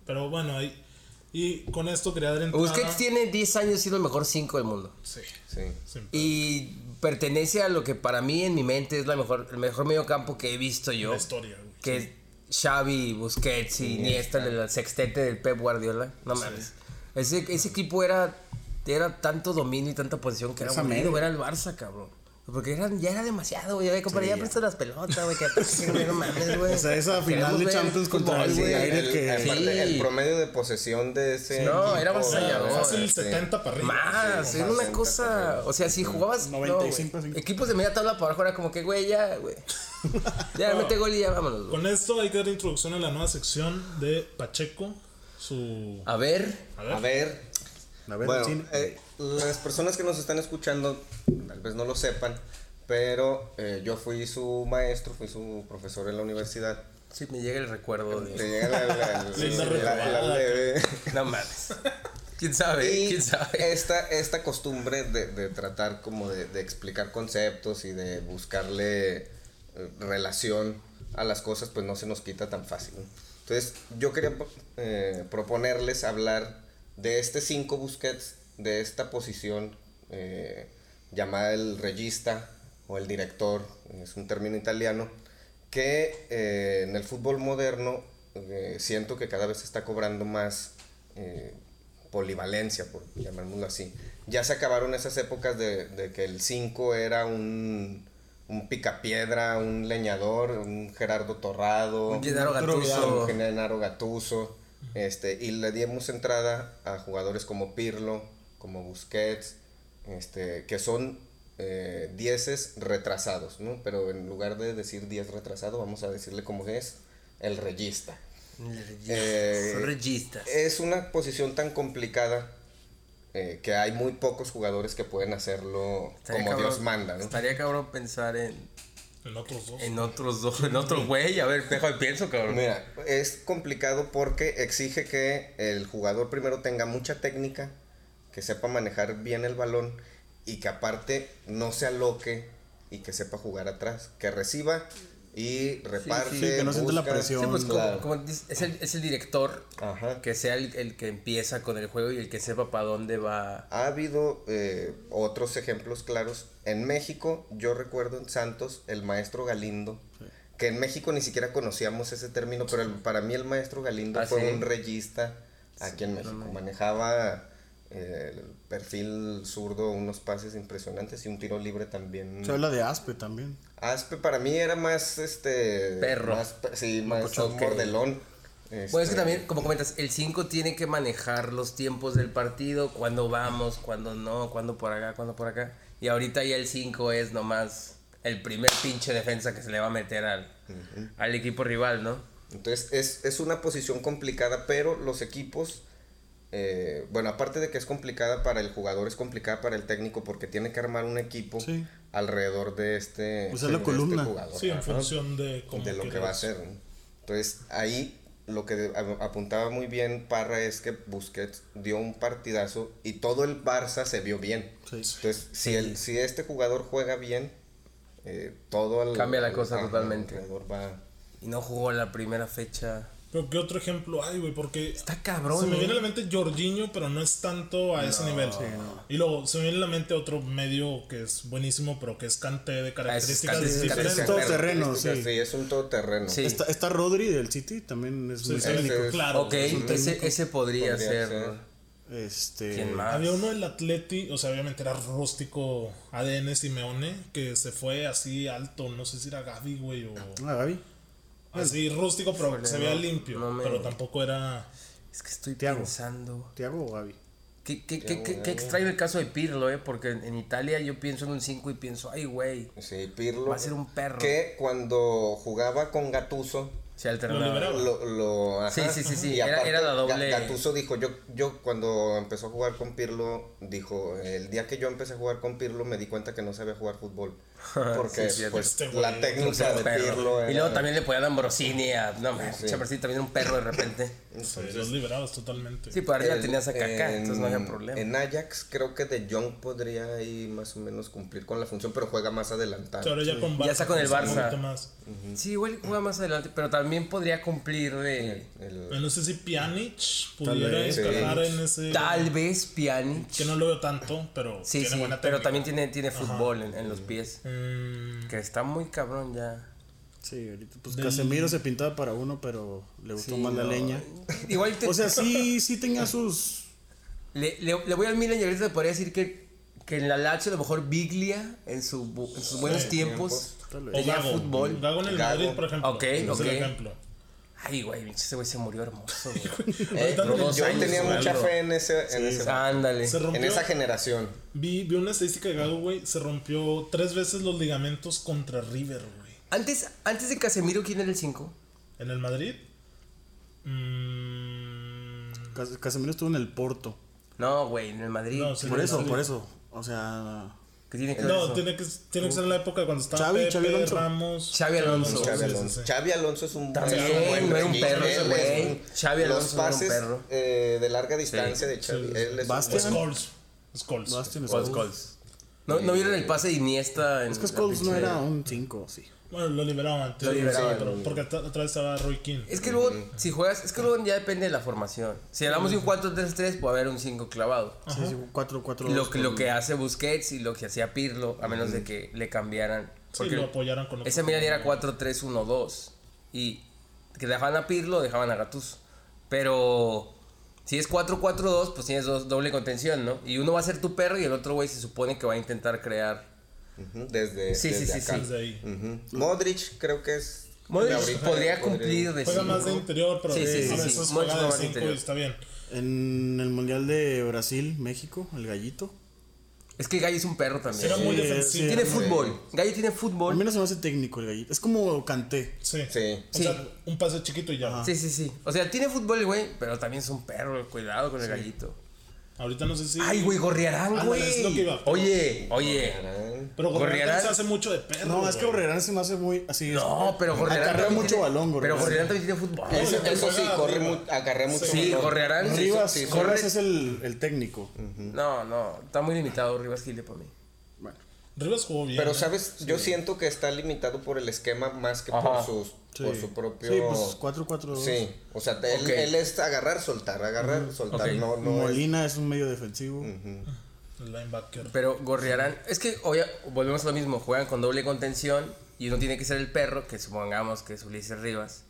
Speaker 1: Pero bueno, ahí... Y con esto quería dar entrada...
Speaker 2: Busquets tiene 10 años siendo el mejor 5 del mundo.
Speaker 1: Sí,
Speaker 3: Sí.
Speaker 1: sí.
Speaker 2: Y pertenece a lo que para mí en mi mente es la mejor, el mejor medio campo que he visto yo.
Speaker 1: La historia, güey.
Speaker 2: Que es Xavi, Busquets y Iniesta, el el sextete del Pep Guardiola. No mames. Ese, ese equipo era, era tanto dominio y tanta posición que era
Speaker 4: Esa
Speaker 2: aburrido
Speaker 4: madre.
Speaker 2: ver al Barça, cabrón. Porque eran- ya era demasiado, güey. Ya había comprado, ya prestas las pelotas, güey. Que que no mames, güey.
Speaker 4: O sea, esa final
Speaker 2: Queremos
Speaker 4: de
Speaker 2: ver
Speaker 4: Champions contra
Speaker 2: fútbol,
Speaker 4: el
Speaker 3: Sí,
Speaker 2: güey.
Speaker 4: United
Speaker 3: el,
Speaker 4: que-
Speaker 3: aparte,
Speaker 2: Sí.
Speaker 3: el promedio de posesión de ese.
Speaker 2: No, era
Speaker 3: equipo este,
Speaker 2: avasallador.
Speaker 1: Fácil
Speaker 3: sí.
Speaker 1: 70 para arriba.
Speaker 2: Más,
Speaker 3: Sí,
Speaker 2: era
Speaker 3: más
Speaker 2: una
Speaker 3: en
Speaker 2: cosa.
Speaker 3: Cataluña.
Speaker 2: O sea, si jugabas. no, güey.
Speaker 4: 95 a cinco.
Speaker 2: equipos de media tabla para abajo era como que, güey, ya, güey. Ya, mete gol y ya vámonos, güey.
Speaker 1: Con esto hay que dar introducción a la nueva sección de Pacheco. Su...
Speaker 2: A ver,
Speaker 3: A ver.
Speaker 4: A ver,
Speaker 3: bueno,
Speaker 4: cine.
Speaker 3: eh, las personas que nos están escuchando tal vez no lo sepan, pero eh, yo fui su maestro, fui su profesor en la universidad.
Speaker 2: si me llega el recuerdo
Speaker 3: Te
Speaker 2: de.
Speaker 3: llega la, la- la-
Speaker 1: Linda
Speaker 3: la- la- la- leve.
Speaker 2: No mames. ¿Quién sabe?
Speaker 3: Y
Speaker 2: ¿Quién sabe?
Speaker 3: esta, esta costumbre de, de tratar como de, de explicar conceptos y de buscarle eh, relación a las cosas, pues no se nos quita tan fácil. ¿no? Entonces, yo quería eh, proponerles hablar de este 5 Busquets, de esta posición eh, llamada el regista o el director, es un término italiano, que eh, en el fútbol moderno eh, siento que cada vez está cobrando más eh, polivalencia, por llamarlo así. Ya se acabaron esas épocas de, de que el 5 era un, un picapiedra, un leñador, un Gerardo Torrado,
Speaker 2: Un Gennaro Gattuso.
Speaker 3: un Genaro Gatuso. Este, y le dimos entrada a jugadores como Pirlo, como Busquets, este, que son eh, dieces retrasados, ¿no? Pero en lugar de decir diez retrasado, vamos a decirle como es el regista. Eh,
Speaker 2: Son registas.
Speaker 3: Es una posición tan complicada eh, que hay muy pocos jugadores que pueden hacerlo
Speaker 2: Estaría
Speaker 3: como
Speaker 2: cabrón-
Speaker 3: Dios manda, ¿no?
Speaker 2: Estaría cabrón pensar en,
Speaker 1: En otros dos.
Speaker 2: en otros dos, en otro güey. A ver, déjame pienso, cabrón.
Speaker 3: Mira, es complicado porque exige que el jugador primero tenga mucha técnica, que sepa manejar bien el balón y que aparte no se aloque y que sepa jugar atrás, que reciba y reparte.
Speaker 4: sí, que no sienta la
Speaker 3: busca.
Speaker 4: presión.
Speaker 2: Sí, pues, como-
Speaker 3: Claro.
Speaker 2: como dices, es, el, es el director
Speaker 3: Ajá.
Speaker 2: que sea el, el que empieza con el juego y el que sepa para dónde va.
Speaker 3: Ha habido eh, otros ejemplos claros. En México, yo recuerdo en Santos, el maestro Galindo, que en México ni siquiera conocíamos ese término, pero el- para mí el maestro Galindo
Speaker 2: Ah,
Speaker 3: fue
Speaker 2: sí.
Speaker 3: un reyista aquí en México. Manejaba eh, el perfil zurdo, unos pases impresionantes y un tiro libre también.
Speaker 4: eh, Se habla de Aspe también.
Speaker 3: Aspe para mí era más este...
Speaker 2: Perro.
Speaker 3: Más, pe- sí, más
Speaker 2: pocho-
Speaker 3: un mordelón.
Speaker 2: Bueno, es que
Speaker 3: Este,
Speaker 2: también, como comentas, el 5 tiene que manejar los tiempos del partido, cuándo vamos, cuándo no, cuándo por acá, cuándo por acá. Y ahorita ya el 5 es nomás el primer pinche defensa que se le va a meter al, al equipo rival, ¿no?
Speaker 3: Entonces es, es una posición complicada, pero los equipos, eh, bueno, aparte de que es complicada para el jugador, es complicada para el técnico porque tiene que armar un equipo
Speaker 4: Sí.
Speaker 3: alrededor de este,
Speaker 4: Pues es la
Speaker 3: de este
Speaker 4: columna.
Speaker 3: jugador,
Speaker 1: Sí, en
Speaker 3: ajá,
Speaker 1: función de cómo
Speaker 3: de lo que
Speaker 1: quieras.
Speaker 3: va a hacer. ¿no? Entonces ahí lo que de- a- apuntaba muy bien Parra es que Busquets dio un partidazo y todo el Barça se vio bien.
Speaker 4: Sí.
Speaker 3: Entonces, si, el, si este jugador juega bien, eh, todo el-
Speaker 2: Cambia la
Speaker 3: el-
Speaker 2: cosa
Speaker 3: ajá,
Speaker 2: totalmente.
Speaker 3: El jugador va...
Speaker 2: Y no jugó la primera fecha.
Speaker 1: Pero qué otro ejemplo hay, güey, porque
Speaker 2: Está
Speaker 1: se
Speaker 2: cabrón,
Speaker 1: me
Speaker 2: ¿eh?
Speaker 1: viene a la mente Jorginho, pero no es tanto a ese nivel. Y luego se me viene a la mente otro medio que es buenísimo, pero que es Kanté de características
Speaker 2: Kanté, sí,
Speaker 1: diferentes.
Speaker 2: Kanté.
Speaker 4: Es todoterreno,
Speaker 3: Sí,
Speaker 4: sí.
Speaker 3: es un todoterreno.
Speaker 2: Sí.
Speaker 4: Está, está Rodri del City, también es
Speaker 1: Sí,
Speaker 4: muy
Speaker 1: sí,
Speaker 4: técnico.
Speaker 1: sí, claro.
Speaker 2: Ok,
Speaker 1: es un
Speaker 2: ese, ese podría,
Speaker 3: Podría
Speaker 2: ser.
Speaker 3: ser.
Speaker 4: Este,
Speaker 2: ¿Quién más?
Speaker 1: Había uno del Atleti, o sea, obviamente era rústico ADN Simeone, que se fue así alto, no sé si era Gaby, güey, o
Speaker 4: Ah, Gaby.
Speaker 1: así rústico, pero se veía limpio,
Speaker 2: no me-
Speaker 1: pero tampoco era...
Speaker 2: Es que estoy
Speaker 4: Thiago.
Speaker 2: pensando.
Speaker 4: ¿Tiago o Gaby?
Speaker 2: Qué, qué, qué, qué- qué extraño el caso de Pirlo, ¿eh? Porque en, en Italia yo pienso en un 5 y pienso, ay, güey.
Speaker 3: Sí, Pirlo.
Speaker 2: Va a ser un perro.
Speaker 3: Que cuando jugaba con Gatuso,
Speaker 2: Se
Speaker 1: Lo
Speaker 2: alternaba.
Speaker 1: liberaba.
Speaker 3: lo. lo- ajá.
Speaker 2: Sí, sí, sí, sí,
Speaker 3: Y
Speaker 2: era- era la
Speaker 3: Ga-
Speaker 2: doble-
Speaker 3: Gattuso dijo: yo, yo, cuando empezó a jugar con Pirlo, dijo: El día que yo empecé a jugar con Pirlo, me di cuenta que no sabía jugar fútbol. Porque
Speaker 2: Sí, cierto.
Speaker 3: pues,
Speaker 1: Este güey,
Speaker 3: la técnica de
Speaker 2: Perro.
Speaker 3: Pirlo era.
Speaker 2: Y luego también le podían Ambrosini a. No, me Chapercito también un perro de repente.
Speaker 1: Sí, los liberabas totalmente.
Speaker 2: Sí, por arriba
Speaker 3: el-
Speaker 2: tenías a Kaká,
Speaker 3: en-
Speaker 2: entonces no había problema.
Speaker 3: En Ajax creo que De Jong podría ahí más o menos cumplir con la función, pero juega más adelantado.
Speaker 1: Ahora ya con
Speaker 2: Ah, Ya
Speaker 1: Barça.
Speaker 2: está con el
Speaker 1: pues, un
Speaker 2: Barça.
Speaker 1: poquito más.
Speaker 2: Sí, igual juega más adelante, pero también podría cumplir eh, de.
Speaker 3: El-
Speaker 1: No sé si Pjanic pudiera
Speaker 4: vez,
Speaker 1: encajar
Speaker 3: Pjanic.
Speaker 1: en ese...
Speaker 2: Tal vez Pjanic.
Speaker 1: Que no lo veo tanto, pero
Speaker 2: Sí,
Speaker 1: tiene
Speaker 2: sí,
Speaker 1: buena
Speaker 2: pero
Speaker 1: técnica.
Speaker 2: también tiene, tiene fútbol en, en los pies.
Speaker 1: Mm,
Speaker 2: Que está muy cabrón ya.
Speaker 4: Sí, ahorita. Pues Casemiro se pintaba para uno, pero le gustó más la
Speaker 2: no.
Speaker 4: leña.
Speaker 2: Igual te-
Speaker 4: O sea, sí, sí tenía sus.
Speaker 2: le, le- le voy al Milan y ahorita te podría decir que, que en la Lazio a lo mejor Biglia en, su bu- en sus buenos tiempos.
Speaker 4: Tal vez.
Speaker 1: o
Speaker 2: tenía
Speaker 1: Gago.
Speaker 2: fútbol.
Speaker 1: Gago en el
Speaker 3: Gago.
Speaker 1: Madrid, por ejemplo.
Speaker 2: Ok,
Speaker 1: es
Speaker 2: ok.
Speaker 1: el ejemplo.
Speaker 2: Ay, güey, pinche ese güey se murió hermoso, güey.
Speaker 3: Eh,
Speaker 1: Ahorita
Speaker 2: dos
Speaker 3: yo
Speaker 2: años,
Speaker 3: tenía
Speaker 2: güey,
Speaker 3: mucha
Speaker 2: bro.
Speaker 3: fe en ese, en, ese-
Speaker 2: Ándale.
Speaker 1: Se rompió.
Speaker 3: en esa generación.
Speaker 1: Vi, vi una estadística de Gago, güey. Se rompió tres veces los ligamentos contra River, güey.
Speaker 2: Antes, antes de Casemiro, ¿quién era el 5?
Speaker 1: En el Madrid. mm,
Speaker 4: Cas- Casemiro estuvo en el Porto.
Speaker 2: No, güey, en el Madrid.
Speaker 1: No, sí.
Speaker 4: Por
Speaker 1: en el
Speaker 4: eso,
Speaker 1: Madrid.
Speaker 4: por eso. O sea.
Speaker 2: ¿Qué tiene que ver
Speaker 1: no,
Speaker 2: eso?
Speaker 1: tiene que, tiene que ser en la época cuando estaba
Speaker 4: Xavi,
Speaker 1: Pepe,
Speaker 4: Xavi Alonso.
Speaker 1: Ramos.
Speaker 2: Xavi Alonso.
Speaker 3: Xavi
Speaker 1: Sí, sí,
Speaker 3: Alonso.
Speaker 1: sí.
Speaker 3: Xavi Alonso es un
Speaker 2: También,
Speaker 3: es un
Speaker 2: no era un
Speaker 3: regista.
Speaker 2: perro ese
Speaker 3: Él es
Speaker 2: güey.
Speaker 3: un-
Speaker 2: Xavi
Speaker 3: Los
Speaker 2: Alonso no era un
Speaker 3: pases
Speaker 2: perro.
Speaker 3: eh, de larga distancia de Xavi.
Speaker 1: Sí.
Speaker 3: Él es un-
Speaker 4: Basta.
Speaker 1: Scholes. Scholes.
Speaker 4: Bastian
Speaker 1: Scholes. Eh,
Speaker 4: Scholes.
Speaker 2: ¿No, ¿no vieron el pase de Iniesta? En
Speaker 4: Es que
Speaker 2: la
Speaker 4: Scholes no
Speaker 2: pinche-
Speaker 4: era un 5, sí.
Speaker 1: Bueno, lo liberaban antes.
Speaker 2: Lo
Speaker 1: sí,
Speaker 2: liberaban.
Speaker 1: pero porque at- atrás estaba Roy King.
Speaker 2: Es que luego, si juegas, es que luego ya depende de la formación. Si hablamos de un 4-3-3, puede haber un 5 clavado.
Speaker 4: Sí, sí, 4, 4,
Speaker 2: Lo, que- lo que hace Busquets y lo que hacía Pirlo, a menos de que le cambiaran.
Speaker 1: Sí,
Speaker 2: Porque
Speaker 1: lo apoyaron con
Speaker 2: ese Milan era 4-3-1-2. Y que dejaban a Pirlo, dejaban a Gattuso. Pero si es 4-4-2, pues tienes dos, doble contención, ¿no? Y uno va a ser tu perro y el otro güey se supone que va a intentar crear.
Speaker 3: Ujú, Desde,
Speaker 2: Sí, sí, sí,
Speaker 3: desde acá.
Speaker 2: sí.
Speaker 1: Desde ahí.
Speaker 3: Ujú. Modric creo que es...
Speaker 2: Modric
Speaker 3: de ahorita,
Speaker 2: podría
Speaker 3: podría-
Speaker 2: cumplir de
Speaker 1: Juega más de
Speaker 2: cinco.
Speaker 1: interior, pero
Speaker 2: Sí, sí,
Speaker 1: a
Speaker 2: sí, sí.
Speaker 1: veces
Speaker 2: Mucho
Speaker 1: juega de
Speaker 2: más de
Speaker 1: 5 y
Speaker 2: interior.
Speaker 1: está bien.
Speaker 4: En el Mundial de Brasil, México, el gallito.
Speaker 2: Es que Gallo es un perro también.
Speaker 1: Era muy
Speaker 4: Sí,
Speaker 1: defensivo.
Speaker 4: sí.
Speaker 2: Tiene
Speaker 1: Sí.
Speaker 2: fútbol. Gallo tiene
Speaker 4: A
Speaker 2: fútbol.
Speaker 4: mí no se me hace técnico el gallito. Es como Canté.
Speaker 1: Sí.
Speaker 3: Sí.
Speaker 1: O sea, un pase chiquito y ya.
Speaker 2: Sí, sí, sí. O sea, tiene fútbol, güey, pero también es un perro. Cuidado con el gallito.
Speaker 1: Ahorita no sé si.
Speaker 2: Ay, güey, gorriarán,
Speaker 1: Ándale, Ah, es lo que
Speaker 2: güey.
Speaker 1: iba.
Speaker 2: Oye, oye.
Speaker 3: Arán.
Speaker 1: Pero Gorriarán
Speaker 2: Gorriarán-
Speaker 1: se hace mucho de perro.
Speaker 4: No, es que
Speaker 1: güey.
Speaker 4: Borrerán se me hace muy así. este,
Speaker 2: No, pero Gorriarán.
Speaker 4: Acarrea
Speaker 2: también
Speaker 4: mucho
Speaker 2: tiene-
Speaker 4: balón, Gorriarán.
Speaker 2: Pero Gorriarán también tiene fútbol.
Speaker 3: Eso,
Speaker 1: Oye,
Speaker 3: eso sí,
Speaker 1: juega
Speaker 3: corre
Speaker 1: arriba.
Speaker 3: mu- agarra mucho.
Speaker 2: Sí,
Speaker 3: balón.
Speaker 2: Gorriarán. sí,
Speaker 4: Rivas,
Speaker 2: sí, corre-
Speaker 4: Rivas es el, el técnico.
Speaker 2: No, no. Está muy limitado Rivas Gil para mí.
Speaker 4: Bueno.
Speaker 1: Rivas jugó bien.
Speaker 3: Pero,
Speaker 1: ¿eh?
Speaker 3: ¿sabes? Yo siento que está limitado por el esquema más que
Speaker 2: Ajá.
Speaker 3: por, sus, por su propio...
Speaker 4: Sí, pues 4, 4, 2.
Speaker 3: Sí, o sea, te- él,
Speaker 2: Ok.
Speaker 3: él es agarrar, soltar, agarrar, soltar.
Speaker 2: Ok.
Speaker 3: No, no es-
Speaker 4: Molina es un medio defensivo.
Speaker 1: El linebacker.
Speaker 2: Pero Gorriarán. Es que obvia- volvemos a lo mismo. Juegan con doble contención. Y uno tiene que ser el perro, que supongamos que es Ulises Rivas.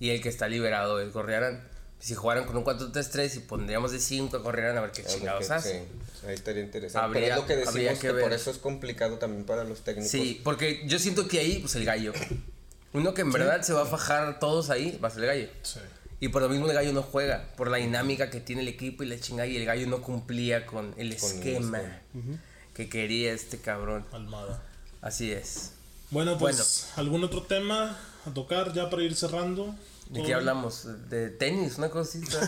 Speaker 2: Y el que está liberado es Gorriarán. Si jugaran con un 4-3-3 y pondríamos de 5 a Gorriarán a ver qué
Speaker 3: a ver
Speaker 2: chingados
Speaker 3: qué-
Speaker 2: hace.
Speaker 3: sí, ahí estaría interesante.
Speaker 2: Habría-
Speaker 3: Pero es lo que
Speaker 2: habría
Speaker 3: decimos
Speaker 2: que
Speaker 3: que, por
Speaker 2: ver.
Speaker 3: eso es complicado también para los técnicos.
Speaker 2: Sí,
Speaker 4: Pues
Speaker 2: porque yo siento que ahí, pues el gallo. Uno que en verdad se va a fajar todos ahí, va a ser el gallo.
Speaker 1: Sí.
Speaker 2: Y por lo mismo el gallo no juega, por la dinámica que tiene el equipo y la chingada, y el gallo no cumplía con el esquema que quería este cabrón.
Speaker 1: Almada.
Speaker 2: Así es.
Speaker 1: Bueno, pues, ¿algún otro tema a tocar ya para ir cerrando?
Speaker 2: ¿De qué hablamos? ¿De tenis? Una cosita.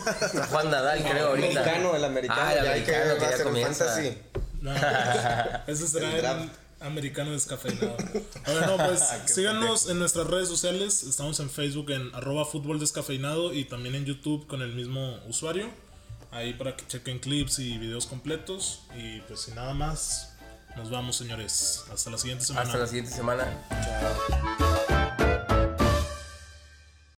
Speaker 2: Juan Nadal, creo,
Speaker 3: El
Speaker 2: ahorita.
Speaker 3: americano, el americano,
Speaker 2: Ah, el
Speaker 3: ya hay que
Speaker 2: americano, que
Speaker 3: va a
Speaker 2: ya
Speaker 3: ser el
Speaker 2: comienza.
Speaker 3: fantasy.
Speaker 1: No, ese será
Speaker 3: El
Speaker 1: el,
Speaker 3: draft.
Speaker 1: americano descafeinado. Bueno, pues síganos en nuestras redes sociales. Estamos en Facebook en arroba fútbol descafeinado y también en YouTube con el mismo usuario. Ahí para que chequen clips y videos completos. Y pues sin nada más, nos vamos señores. Hasta la siguiente semana.
Speaker 2: Hasta la siguiente semana.
Speaker 1: Chao.